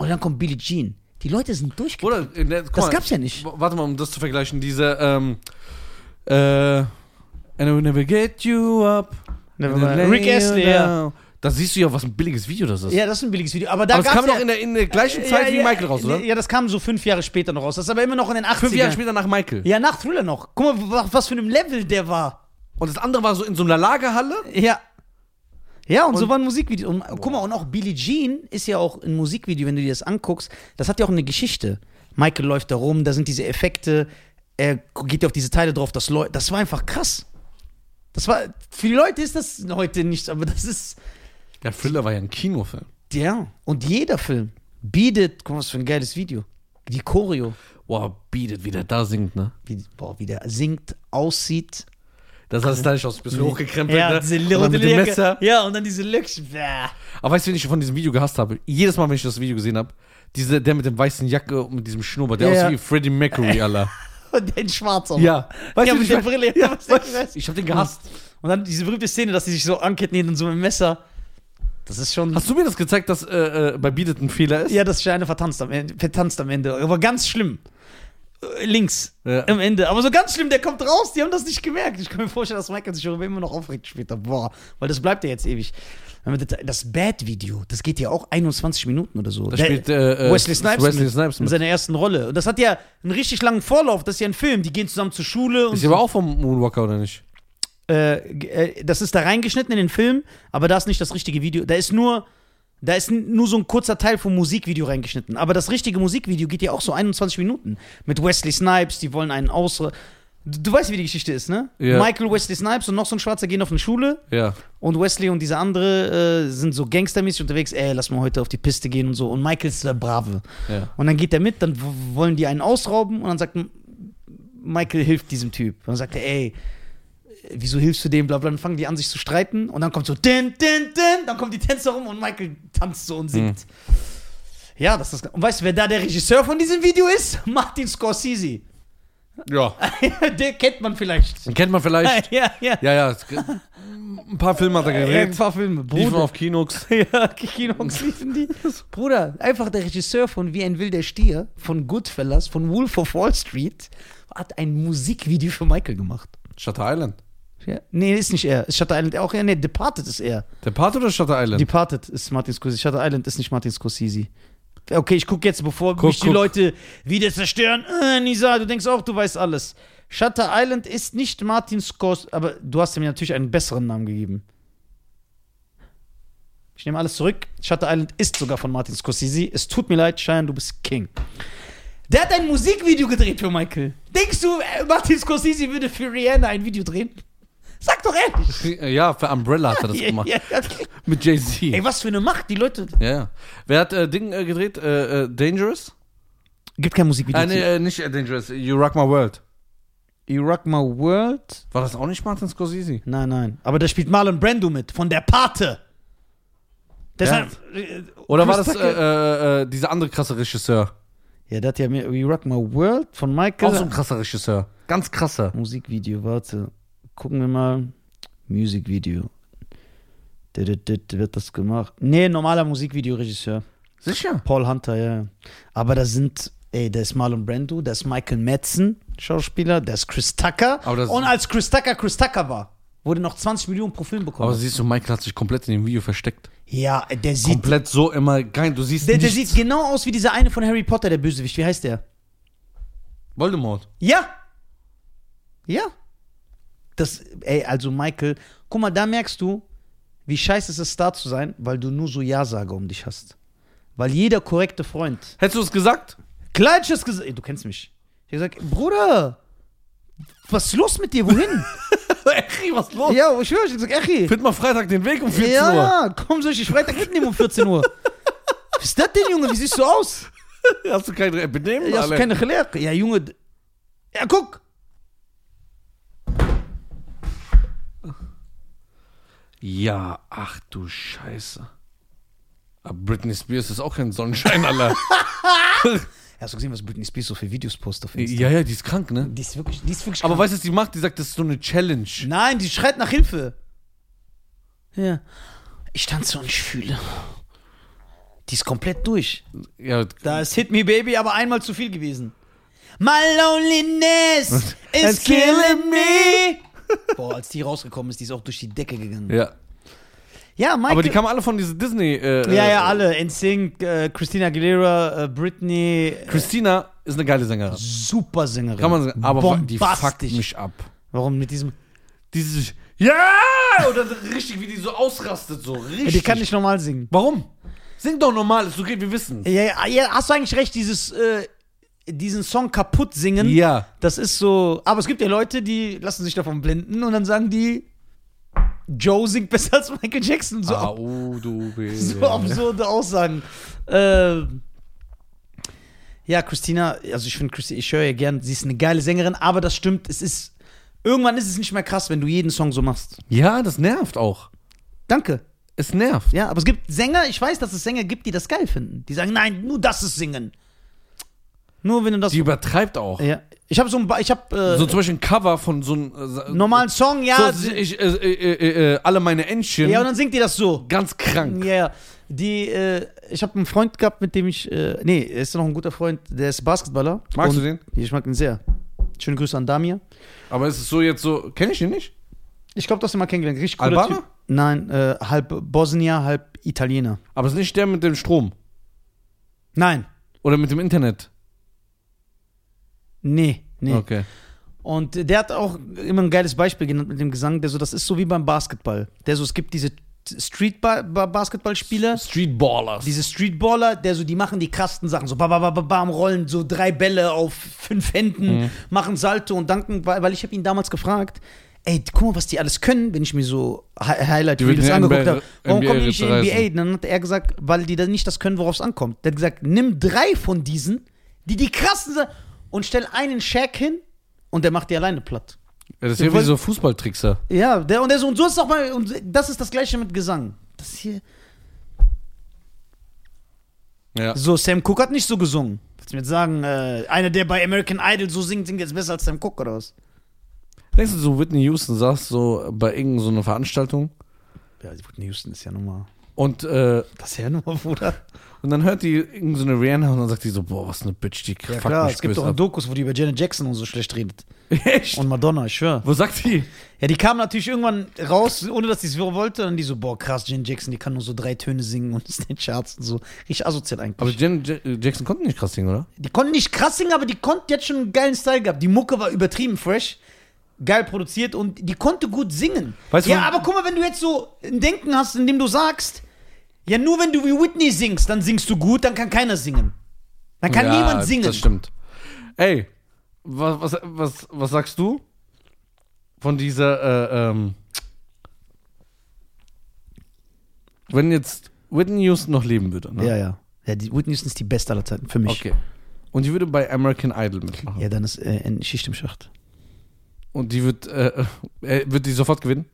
A: Und dann kommt Billie Jean. Die Leute sind durchgedreht.
B: Bruder, in der, guck
A: Das
B: mal,
A: gab's ja nicht.
B: w- Warte mal, um das zu vergleichen. Diese, ähm, äh, And I will never get you up.
A: Never
B: and I'll
A: mind.
B: lay
A: Rick
B: you
A: Astley, ja.
B: down. Da siehst du ja, was ein billiges Video das ist.
A: Ja, das ist ein billiges Video. Aber da
B: Aber es
A: gab's
B: kam
A: ja,
B: doch in der, in der gleichen Zeit
A: ja,
B: wie
A: ja,
B: Michael raus, oder?
A: Ja, das kam so fünf Jahre später noch raus. Das ist aber immer noch in den 80ern.
B: Fünf Jahre später nach Michael.
A: Ja, nach Thriller noch. Guck mal, wa- was für einem Level der war.
B: Und das andere war so in so einer Lagerhalle.
A: Ja. Ja, und, so waren Musikvideos. Und guck mal, und auch Billie Jean ist ja auch ein Musikvideo, wenn du dir das anguckst, das hat ja auch eine Geschichte. Michael läuft da rum, da sind diese Effekte, er geht ja auf diese Teile drauf, das, läu- das war einfach krass. Das war, für die Leute ist das heute nicht, aber das ist,
B: Der Thriller war ja ein Kinofilm.
A: ja. Und jeder Film bietet, guck mal, was für ein geiles Video. Die Choreo,
B: Wow, bietet, wie der da singt, ne?
A: wie, boah, wie der singt, aussieht.
B: Das hast du da nicht aus, bisschen hochgekrempelt, ne?
A: diese
B: Und dann mit dem
A: Lirke.
B: Messer.
A: Ja, und dann diese Löckchen. Bäh.
B: Aber weißt du, wenn ich von diesem Video gehasst habe? Jedes Mal, wenn ich das Video gesehen habe, diese, der mit dem weißen Jacke und mit diesem Schnurrbart, der
A: Ja.
B: aussieht wie Freddie
A: <laughs>
B: Mercury, Alter.
A: Und den Schwarz auch.
B: Ja.
A: Weißt
B: Weißt
A: ja,
B: du,
A: mit
B: ich
A: der
B: weiß-
A: Brille.
B: Ja,
A: Was
B: weißt-
A: der Rest?
B: ich hab den gehasst.
A: Und dann diese berühmte Szene, dass sie sich so anketten und so mit dem Messer. Das ist schon.
B: Hast du mir das gezeigt, dass äh, äh, bei Bietet ein Fehler ist?
A: ja, das ist ja eine vertanzt am Ende. Vertanzt am Ende. Aber ganz schlimm. äh, links
B: Ja.
A: am Ende. Aber so ganz schlimm, der kommt raus, die haben das nicht gemerkt. Ich kann mir vorstellen, dass Michael sich darüber immer noch aufregt später. Boah, weil das bleibt ja jetzt ewig. Wenn man das- Das Bad-Video, das geht ja auch 21 Minuten oder so.
B: Da
A: Der-
B: spielt, äh, äh,
A: Wesley Snipes,
B: Wesley
A: mit,
B: Snipes
A: in
B: mit.
A: seiner ersten Rolle. Und das hat ja einen richtig langen Vorlauf, das ist ja ein Film. Die gehen zusammen zur Schule. Und
B: Ist die aber auch vom Moonwalker, oder nicht?
A: äh, g- äh, das ist da reingeschnitten in den Film, aber da ist nicht das richtige Video. Da ist nur, da ist n- nur so ein kurzer Teil vom Musikvideo reingeschnitten. Aber das richtige Musikvideo geht ja auch so 21 Minuten. Mit Wesley Snipes, die wollen einen aus. Du, du weißt, wie die Geschichte ist, ne?
B: Ja.
A: Michael, Wesley Snipes und noch so ein Schwarzer gehen auf eine Schule
B: Ja.
A: und Wesley und diese andere äh, sind so gangstermäßig unterwegs. Ey, lass mal heute auf die Piste gehen und so. Und Michael ist der Brave.
B: ja.
A: Und dann geht er mit, dann w- wollen die einen ausrauben und dann sagt M- Michael hilft diesem Typ. Und dann sagt er, ey, wieso hilfst du dem, bla bla. Dann fangen die an, sich zu streiten und dann kommt so, din, din, din, dann kommt die Tänzer rum und Michael tanzt so und singt.
B: Mhm.
A: Ja, das ist. Und weißt du, wer da der Regisseur von diesem Video ist? <laughs> Martin Scorsese. <laughs>
B: Hm. Ja.
A: der kennt man vielleicht.
B: Den kennt man
A: <laughs>
B: vielleicht.
A: ja, ja.
B: Ja, ja. es g- Ein paar Filme hat er
A: Ein
B: gedreht.
A: paar Filme.
B: Liefen
A: Äh, Bruder.
B: auf Kinox.
A: <laughs> Ja, Kinox liefen die. Bruder, einfach der Regisseur von Wie ein wilder Stier, von Goodfellas, von Wolf of Wall Street, hat ein Musikvideo für Michael gemacht.
B: Shutter Island.
A: Ja. Nee, ist nicht er. Ist Shutter Island auch er? Nee, Departed ist er.
B: Der Part oder Shutter Island?
A: Departed ist Martin Scorsese. Shutter Island ist nicht Martin Scorsese. Okay, ich gucke jetzt, bevor
B: Guck,
A: mich die
B: guck.
A: Leute wieder zerstören. Äh, Nisa, du denkst auch, du weißt alles. Shutter Island ist nicht Martin Scorsese, aber du hast ihm natürlich einen besseren Namen gegeben. Ich nehme alles zurück. Shutter Island ist sogar von Martin Scorsese. Es tut mir leid, Cheyenne, du bist King. Der hat ein Musikvideo gedreht für Michael. Denkst du, äh, Martin Scorsese würde für Rihanna ein Video drehen? Sag doch ehrlich.
B: äh, Ja, für Umbrella hat
A: <laughs>
B: er das gemacht.
A: Ja, ja, okay.
B: Mit Jay-Z.
A: Ey, was für eine Macht, die Leute.
B: Ja, ja. Wer hat äh, Ding äh, gedreht? Äh, äh, Dangerous?
A: Gibt kein Musikvideo.
B: Äh, nee, äh, nicht äh, Dangerous. You Rock My World.
A: You Rock My World?
B: War das auch nicht Martin Scorsese?
A: Nein, nein. Aber da spielt Marlon Brando mit, von der Pate. Deshalb. äh,
B: Oder war
A: Chris
B: das äh,
A: Tucker-
B: äh, äh, dieser andere krasse Regisseur?
A: ja, der hat ja mir You Rock My World von Michael.
B: Auch so ein krasser Regisseur. Ganz krasser.
A: Musikvideo, warte. Gucken wir mal. Musikvideo. Dit-dit-dit, Wird das gemacht? Nee, normaler Musikvideoregisseur.
B: Sicher?
A: Paul Hunter, ja. Aber da sind, ey, da ist Marlon Brando, da ist Michael Madsen, Schauspieler, da ist Chris Tucker.
B: Aber das-
A: und als Chris Tucker Chris Tucker war, wurde noch 20 Millionen pro Film bekommen.
B: Aber siehst du, Michael hat sich komplett in dem Video versteckt.
A: ja, der sieht,
B: Komplett so immer geil. Du siehst
A: der, der
B: nichts.
A: sieht genau aus wie dieser eine von Harry Potter, der Bösewicht. Wie heißt der?
B: Voldemort.
A: Ja! Ja! Das, ey, also Michael, guck mal, da merkst du, wie scheiße es ist, Star zu sein, weil du nur so Ja-Sager um dich hast. Weil jeder korrekte Freund
B: Hättest du es gesagt?
A: <laughs> Gleiches gesagt. Ey, Du kennst mich. Ich hab gesagt, Bruder, was ist los mit dir? Wohin?
B: Ey, was
A: <laughs>
B: los?
A: ja, ich höre, ich hab gesagt, Echi.
B: Find mal Freitag den Weg um 14
A: Ja, komm, soll ich dich Freitag mitnehmen um 14 <laughs> Uhr? was ist das denn, Junge? Wie siehst du aus?
B: Uhr. Hast du kein Benehmen?
A: Ja, hast du
B: Alter?
A: keine Gelehrte? Ja, Junge. d- Ja, guck.
B: ja, ach du Scheiße. Aber Britney Spears ist auch kein Sonnenschein, Alter.
A: <laughs> Hast du gesehen, was Britney Spears so für Videos postet auf Instagram?
B: ja, ja, die ist krank, ne?
A: Die ist wirklich, die ist wirklich Ne.
B: Aber weißt du, was die macht? Die sagt, das ist so eine Challenge.
A: Nein, die schreit nach Hilfe. Ja. Ich tanze und ich fühle. Die ist komplett durch.
B: Ja,
A: Da ist Hit Me Baby aber einmal zu viel gewesen. My <laughs> loneliness is killing me. <laughs> Boah, als die rausgekommen ist, die ist auch durch die Decke gegangen.
B: ja.
A: Ja, Michael.
B: Aber die kamen alle von dieser Disney. Äh,
A: ja, ja,
B: äh,
A: alle. NSYNC, äh, Christina Aguilera, äh, Britney. äh,
B: Christina ist eine geile Sängerin.
A: Super Sängerin.
B: Kann man sagen. Aber die fuckt
A: Bombastisch.
B: mich ab.
A: Warum mit diesem.
B: Dieses. Ja! Oder so richtig, wie die so ausrastet, so richtig.
A: die kann nicht normal singen.
B: Warum? Sing doch normal, ist okay, wir wissen.
A: Ja, ja, ja, hast du eigentlich recht, dieses. Äh, diesen Song kaputt singen.
B: Ja.
A: Das ist so. Aber es gibt ja Leute, die lassen sich davon blenden und dann sagen die, Joe singt besser als Michael Jackson. So, ab,
B: Au, du
A: <laughs>
B: bist.
A: so absurde Aussagen. Ähm, ja, Christina, also ich finde, Christi- ich höre ihr gern, sie ist eine geile Sängerin, aber das stimmt, es ist. Irgendwann ist es nicht mehr krass, wenn du jeden Song so machst.
B: Ja, das nervt auch.
A: Danke.
B: Es nervt.
A: Ja, aber es gibt Sänger, ich weiß, dass es Sänger gibt, die das geil finden. Die sagen, nein, nur das ist Singen. Nur wenn du das.
B: Die übertreibt auch.
A: ja, Ich habe so ein, ba- ich habe äh,
B: So zum Beispiel ein Cover von so einem. äh,
A: normalen Song, ja.
B: So, si- ich, äh, äh, äh, äh, alle meine Entchen.
A: ja, und dann singt die das so.
B: ganz krank.
A: Ja, ja. Die, äh, ich habe einen Freund gehabt, mit dem ich, äh, nee, er ist noch ein guter Freund, der ist Basketballer.
B: Magst
A: Und-
B: du den?
A: Ich mag ihn sehr. Schöne Grüße an Damir.
B: Aber es ist so jetzt so. Kenne ich ihn nicht?
A: Ich glaube, das haben wir kennengelernt. Richtig cooler
B: Albaner?
A: Typ. Nein, äh, halb Bosnier, halb Italiener.
B: Aber es ist nicht der mit dem Strom.
A: Nein,
B: Oder mit dem Internet.
A: nee, nee.
B: Okay.
A: Und äh, der hat auch immer ein geiles Beispiel genannt mit dem Gesang, der so, das ist so wie beim Basketball. Der so, es gibt diese Street-Basketballspieler.
B: Streetballers.
A: Diese Streetballer, der so, die machen die krassen Sachen, so bam, bam, bam, bam, rollen so drei Bälle auf fünf Händen,
B: Mhm.
A: machen Salto und danken, weil, weil ich habe ihn damals gefragt, ey, guck mal, was die alles können, wenn ich mir so Hi-
B: Die
A: Highlight-Videos
B: würden
A: angeguckt
B: NBA
A: habe. Warum kommen die nicht in die
B: reißen.
A: NBA? Dann hat er gesagt, weil die dann nicht das können, worauf es ankommt. Der hat gesagt, nimm drei von diesen, die die krassen sind, und stell einen Shaq hin und der macht die alleine platt.
B: Ja, das ist ja wie
A: wollt-
B: so Fußballtrickser.
A: Ja, der und der so, und so ist auch mal, und das ist das gleiche mit Gesang. Das hier.
B: Ja.
A: So, Sam Cooke hat nicht so gesungen. Willst du mir jetzt sagen, äh, einer, der bei American Idol so singt, singt jetzt besser als Sam Cooke oder was?
B: Denkst du, so Whitney Houston saß so bei irgendeiner so einer Veranstaltung
A: Ja, Whitney Houston ist ja nochmal.
B: und, äh,
A: Das ist ja nochmal, Bruder.
B: und dann hört die irgendeine so eine Rihanna und dann sagt die so, boah, was eine Bitch, die
A: Ja,
B: fuckt
A: klar,
B: mich
A: es gibt
B: böse
A: auch
B: ab.
A: Dokus, wo die über Janet Jackson und so schlecht redet.
B: <laughs> Echt?
A: Und Madonna, ich schwör.
B: Wo sagt die?
A: Ja, die kam natürlich irgendwann raus, ohne dass die es wollte. Und dann die so, boah, krass, Janet Jackson, die kann nur so drei Töne singen und <laughs> ist in den Charts und so. Richtig asozial eigentlich.
B: Aber Jen, J Jackson konnte nicht krass singen, oder?
A: Die konnten nicht krass singen, aber die konnten jetzt schon einen geilen Style gehabt. Die Mucke war übertrieben fresh, geil produziert und die konnte gut singen.
B: Weißt du,
A: ja,
B: wenn-
A: aber guck mal, wenn du jetzt so ein Denken hast, in dem du sagst, ja, nur wenn du wie Whitney singst, dann singst du gut, dann kann keiner singen. Dann kann
B: ja,
A: niemand singen.
B: Das stimmt. Ey, was, was, was, was sagst du von dieser, äh, ähm, wenn jetzt Whitney Houston noch leben würde, ne?
A: Ja, ja. Ja, die Whitney Houston ist die beste aller Zeiten für mich.
B: Okay. Und die würde bei American Idol mitmachen.
A: Ja, dann ist äh, ein Schicht im Schacht.
B: Und die wird, äh, äh, wird die sofort gewinnen?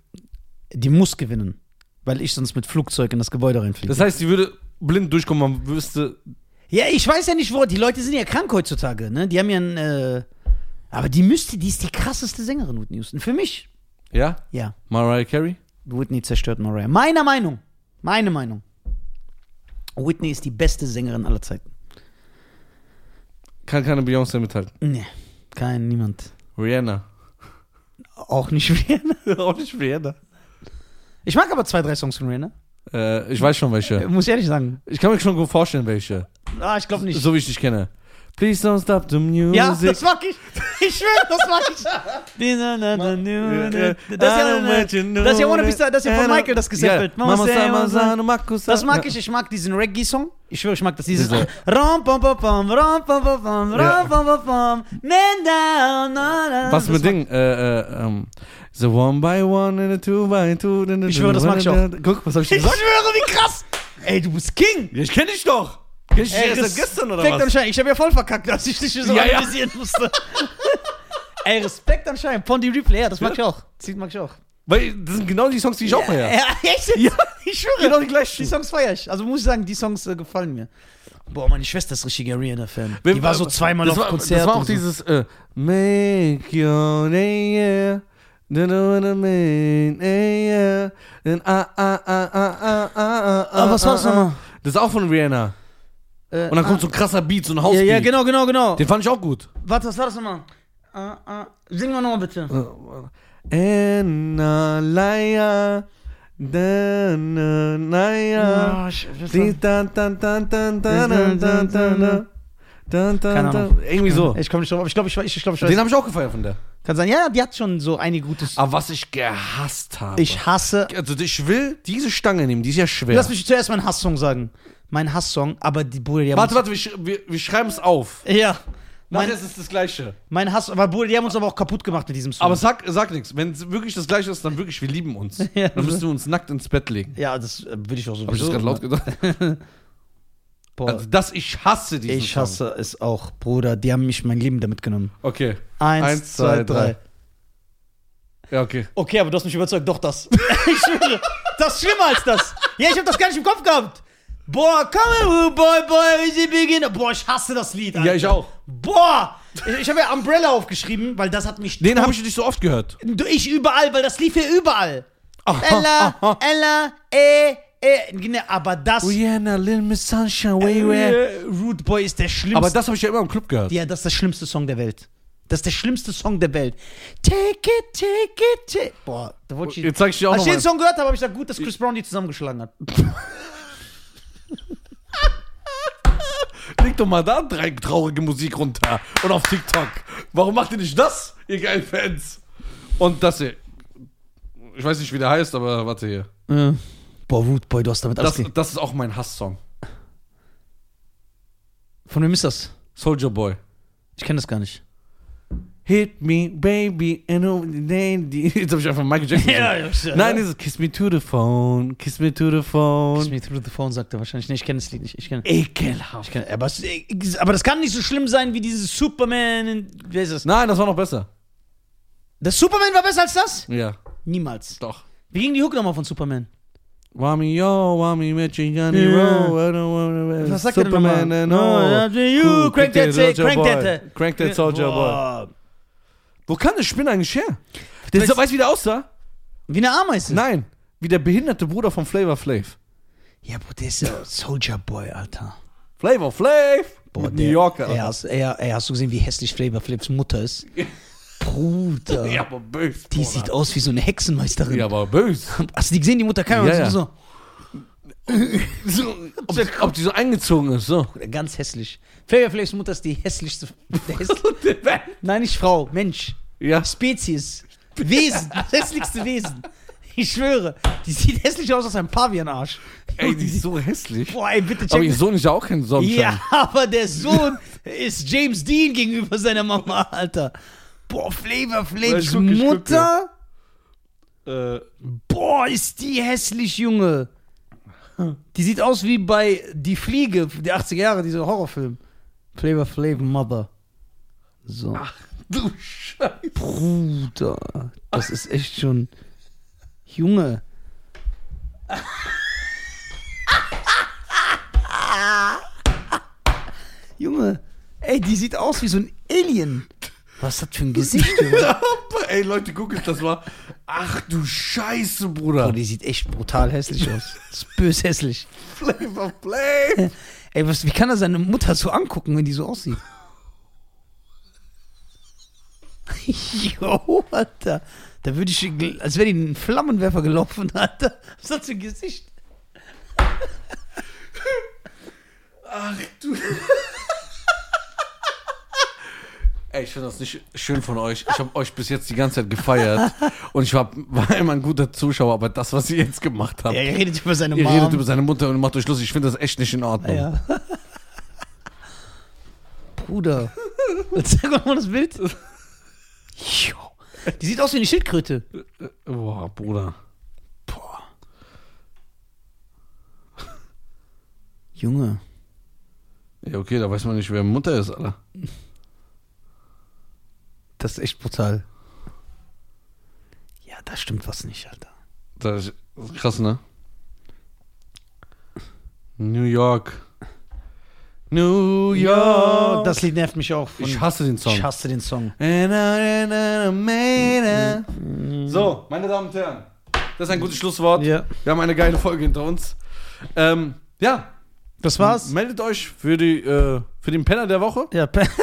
A: Die muss gewinnen, weil ich sonst mit Flugzeug in das Gebäude reinfliege.
B: Das heißt, die würde blind durchkommen, man wüsste.
A: Ja, ich weiß ja nicht, wo. Die Leute sind ja krank heutzutage, ne? Die haben ja ein. Äh, aber die müsste, die ist die krasseste Sängerin, Whitney Houston. Für mich,
B: Ja?
A: ja.
B: Mariah Carey?
A: Whitney zerstört Mariah. Meiner Meinung. Meine Meinung. Whitney ist die beste Sängerin aller Zeiten.
B: Kann keine Beyoncé mithalten.
A: Nee, kein, niemand.
B: Rihanna.
A: Auch nicht Rihanna. <laughs>
B: Auch nicht Rihanna.
A: Ich mag aber zwei, drei Songs von Rihanna.
B: Äh, ich weiß schon welche.
A: Muss ich ehrlich sagen.
B: Ich kann mir schon gut vorstellen, welche.
A: Ah, ich glaube nicht.
B: So wie ich dich kenne. Please don't stop the music.
A: ja, das mag ich. <laughs> Ich schwöre, das mag ich. Das ist ja, das ist ja One Piece, das ist ja von Michael, das gesampelt.
B: Mama San, Mama San, Mama San.
A: Das mag ich, ich mag diesen Reggae-Song. Ich schwöre, ich mag das. Dieses
B: Diese-
A: Rom, pom, pom, pom, rom, pom, pom, pom, rom, pom, pom, pom, man down, na, na.
B: Was
A: Das
B: mit
A: mag-
B: Ding? Äh, äh, ähm. The one by one and the two by two.
A: Ich schwöre, das mag ich auch.
B: Guck, was hab
A: <laughs>
B: ich
A: Ich
B: gesagt?
A: schwöre, wie krass! Ey, du bist King!
B: Ja, ich kenne dich doch. Kenn ich dich
A: Ey,
B: erst seit
A: Respekt
B: gestern oder
A: Respekt
B: was?
A: anscheinend. Ich habe ja voll verkackt, als ich dich so
B: Ja, ja.
A: analysieren musste. <laughs> Ey, Respekt anscheinend. Pondy Replay, ja, das mag ich auch. Das Lied mag ich auch.
B: Weil das sind genau die Songs, die ich auch höre.
A: Ja, <laughs> echt? jetzt? Ich schwöre.
B: Genau die gleichen.
A: Die Songs feier ich. Also muss ich sagen, die Songs äh, gefallen mir. Boah, meine Schwester ist richtiger Rihanna-Fan. Die war so zweimal
B: äh, das
A: auf
B: war,
A: Konzert.
B: Das war auch
A: und so.
B: dieses äh, Make your day, yeah. Then I wanna make, eh, yeah. Then ah, ah, ah, ah, ah, ah, ah,
A: Ah, was war's
B: ah, ah.
A: nochmal?
B: Das ist auch von Rihanna.
A: Äh,
B: Und dann kommt so ein krasser Beat, so ein Hausbeat.
A: ja, ja, genau, genau, genau.
B: Den fand ich auch gut.
A: Warte, was war das nochmal? Uh, uh, sing mal nochmal bitte.
B: Anna Laia. Da, na, na, ja.
A: Ah, ich- das war-
B: Di, da, da, da, da, da, da, da, da. Da, da,
A: Keine
B: da.
A: Ahnung.
B: Irgendwie so.
A: Ich komme nicht drauf, aber ich glaube, ich, weiß- ich, glaub, ich weiß.
B: Den habe ich auch gefeiert von der.
A: Kann sein, ja, die hat schon so einige gute.
B: Aber was ich gehasst habe.
A: Ich hasse.
B: also ich will diese Stange nehmen, die ist ja schwer.
A: Lass mich zuerst meinen Hasssong sagen. Mein Hasssong, aber die Bruder, die haben
B: warte, warte, wir, sch- wir, wir schreiben es auf.
A: uns, Ja.
B: Nachher
A: Mein,
B: ist es das Gleiche.
A: mein Hass, aber Bruder, die haben uns aber auch kaputt gemacht mit diesem Song.
B: Aber sag, sag nichts. Wenn es wirklich das Gleiche ist, dann wirklich, wir lieben <laughs> uns.
A: Ja.
B: Dann müssen wir uns nackt ins Bett legen.
A: ja, das äh, würde ich auch so
B: Habe ich das gerade laut gesagt? <laughs>
A: Boah,
B: Also das, ich hasse diesen
A: ich hasse es auch, Bruder. Die haben mich mein Leben damit genommen.
B: Song. Okay.
A: Eins, zwei, drei.
B: Ja, okay.
A: Okay, <laughs> aber du hast mich überzeugt, doch das. ich schwöre. Das ist schlimmer als das. Ja, ich habe das gar nicht im Kopf gehabt. Boah, come on, boy, boy, easy beginner. Boah, ich hasse das Lied. Alter.
B: Ja, ich auch.
A: Boah, ich, ich habe ja Umbrella aufgeschrieben, weil das hat mich.
B: Den habe ich nicht so oft gehört.
A: Du, ich überall, weil das lief hier überall.
B: Aha,
A: Ella,
B: aha. Oh
A: Ella, eh, eh. Nee, aber das.
B: Rihanna, Little Miss Sunshine, way,
A: Äh, Rude Boy ist der schlimmste.
B: Aber das habe ich ja immer im Club gehört.
A: ja, das ist der schlimmste Song der Welt. Das ist der schlimmste Song der Welt. Take it, take it, take Boah, da wollte ich.
B: Jetzt zeig ich dir auch
A: Als ich
B: nochmal.
A: den Song gehört habe, habe ich gesagt, gut, dass Chris Brown die zusammengeschlagen hat.
B: Leg doch mal da drei traurige Musik runter und auf TikTok. Warum macht ihr nicht das, ihr geilen Fans? Und das hier. Ich weiß nicht, wie der heißt, aber warte hier.
A: Boah, Rude Boy, du hast damit
B: Das,
A: alles. ge-
B: das ist auch mein Hasssong.
A: Von wem ist das?
B: Soldier Boy.
A: Ich kenne das gar <laughs> nicht.
B: Hit me, baby, and oh, they- die- <laughs> Jetzt habe ich einfach Michael
A: <laughs>
B: Jackson. gesungen. Nein, dieses Kiss me to the phone, kiss me to the
A: Kiss
B: phone.
A: me through the phone sagt er wahrscheinlich. Nee, ich kenne das Lied nicht. Ich kenne.
B: Ekelhaft.
A: Ich kenne aber, es- aber das kann nicht so schlimm sein wie dieses Superman. In, wer ist das?
B: Nein, das war noch besser.
A: Das Superman war besser als das?
B: Ja,
A: Niemals.
B: doch.
A: Wie ging die Hook nochmal von Superman?
B: Wami yo, wami Michigani
A: Ja.
B: row, I don't wanna
A: Was sagt er denn nochmal?
B: and all.
A: No, you, crank that shit,
B: Soldier
A: crank
B: Boy.
A: that.
B: Crank that Soldier Boy.
A: Boah.
B: Wo kann der Spinner eigentlich her? Der
A: Weißt-
B: weißt du, wie der aussah?
A: Wie eine Ameise.
B: Nein, wie der behinderte Bruder von Flavor Flav.
A: Ja, Bro, der ist ja Soldier Boy, Alter.
B: Flavor Flav!
A: Boah,
B: Mit
A: der-
B: New Yorker.
A: Ey, hast, ey, ey, hast du gesehen, wie hässlich Flavor Flaps Mutter ist? Bruder.
B: Ja, aber böse.
A: Die sieht aus wie so eine Hexenmeisterin.
B: Ja,
A: <laughs>
B: aber böse.
A: Hast du die gesehen, die Mutter kann
B: Ja, ja.
A: so,
B: <laughs> So, ob, ob die so eingezogen ist, so.
A: so ganz hässlich. Flavor Flaps Mutter ist die hässlichste. Der häss
B: <laughs>
A: Nein, nicht Frau, Mensch.
B: <laughs> Ja.
A: Spezies.
B: <laughs>
A: Wesen. Das hässlichste Wesen. Ich schwöre. Die sieht hässlich aus als ein Pavianarsch.
B: Ey, die ist so hässlich.
A: Boah, ey, bitte check
B: Aber ihr Sohn ist ja auch kein Sonnenschein.
A: Ja, <laughs> aber der Sohn ist James Dean gegenüber seiner Mama, Alter. Boah, Flavor
B: Ich
A: Flaves
B: guck, ich guck,
A: Mutter.
B: Äh,
A: Boah, ist die hässlich, Junge. Die sieht aus wie bei Die Fliege der 80er Jahre, dieser Horrorfilm. Flavor Flav Mother. So.
B: du Scheiße. <laughs>
A: Bruder, das ist echt schon. Junge. Junge, ey, die sieht aus wie so ein Alien. Was hat für ein Gesicht,
B: <laughs>
A: Junge?
B: Ey, Leute, guck euch das mal. Ach du Scheiße, Bruder.
A: Boah, Oh, die sieht echt brutal hässlich aus. Das ist bös hässlich.
B: Flavor Flav.
A: Ey, was, wie kann er seine Mutter so angucken, wenn die so <laughs> aussieht? Jo, Alter. Da würde ich, gl- als wäre die in einen Flammenwerfer gelaufen, Alter. Was hat sie ein Gesicht?
B: Ach du. <laughs> Ey, ich finde das nicht schön von euch. Ich habe euch bis jetzt die ganze Zeit gefeiert. Und ich war, war immer ein guter Zuschauer, aber das, was ihr jetzt gemacht habt.
A: Ja, er redet über seine
B: Ihr
A: Mom.
B: redet über seine Mutter und macht euch lustig. Ich finde das echt nicht in Ordnung.
A: ja. <laughs> Bruder. Zeig mal mal das Bild. Jo. Die sieht aus wie eine Schildkröte.
B: Boah, Bruder.
A: Junge.
B: Ja, okay, da weiß man nicht, wer Mutter ist, Alter.
A: Das ist echt brutal. Ja, da stimmt was nicht, Alter.
B: Das ist krass, ne? New York. New
A: Ja,
B: York.
A: das Lied nervt mich auch.
B: ich hasse den Song.
A: Ich hasse den Song.
B: So, meine Damen und Herren, das ist ein gutes Schlusswort.
A: Ja.
B: Wir haben eine geile Folge hinter uns. Ähm, ja,
A: Das war's?
B: meldet euch für, die, äh, für den Penner der Woche.
A: Ja, Pe <laughs>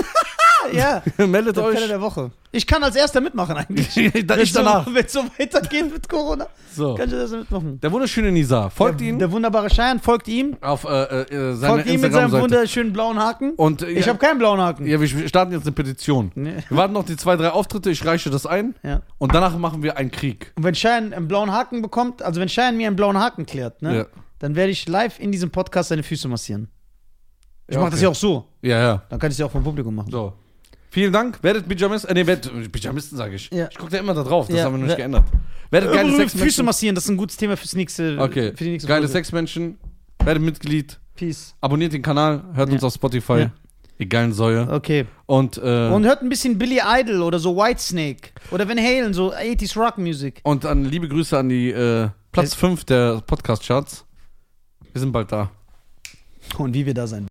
A: ja
B: <laughs> meldet
A: der Pelle
B: euch.
A: der Woche. Ich kann als erster mitmachen eigentlich.
B: <laughs> Da- ich danach.
A: Wenn es so weitergeht mit Corona,
B: So.
A: kann ich als erster mitmachen.
B: Der wunderschöne Nisa. Folgt
A: der,
B: ihm
A: der wunderbare Schein folgt ihm.
B: auf äh, äh, seine
A: Folgt ihm mit seinem
B: Instagram-Seite.
A: wunderschönen blauen Haken.
B: Und äh,
A: ich
B: ja,
A: habe keinen blauen Haken.
B: ja, wir sch- starten jetzt eine Petition.
A: Nee.
B: Wir warten noch die zwei, drei Auftritte. Ich reiche das ein.
A: Ja.
B: Und danach machen wir einen Krieg.
A: Und wenn Schein einen blauen Haken bekommt, also wenn Schein mir einen blauen Haken klärt, ne,
B: Ja.
A: dann werde ich live in diesem Podcast seine Füße massieren. Ich
B: Ja,
A: mache
B: okay.
A: das ja auch so.
B: Ja, ja.
A: Dann kann ich es ja auch vom Publikum machen.
B: So. Vielen Dank. Werdet Pyjamisten. Äh, nee, werdet Pyjamisten, sage ich.
A: Ja.
B: Ich gucke da immer da drauf. Das
A: Ja.
B: haben wir noch
A: Wer-
B: nicht geändert. Werdet geile
A: Übrigens, Äh, Füße
B: Sexmenschen.
A: massieren, das ist ein gutes Thema fürs nächste,
B: Okay.
A: für die nächste
B: Geile
A: Folge.
B: Sexmenschen. Werdet Mitglied.
A: Peace.
B: Abonniert den Kanal. Hört uns auf Spotify.
A: Ja.
B: Ihr geilen Säue.
A: Okay.
B: Und, äh,
A: Und
B: und,
A: hört ein bisschen Billy Idol oder so Whitesnake oder Van Halen, so 80s Rock Music.
B: dann liebe Grüße an die äh, Platz
A: Äh.
B: 5 der Podcast-Charts. Wir sind bald da.
A: und wie wir da sein.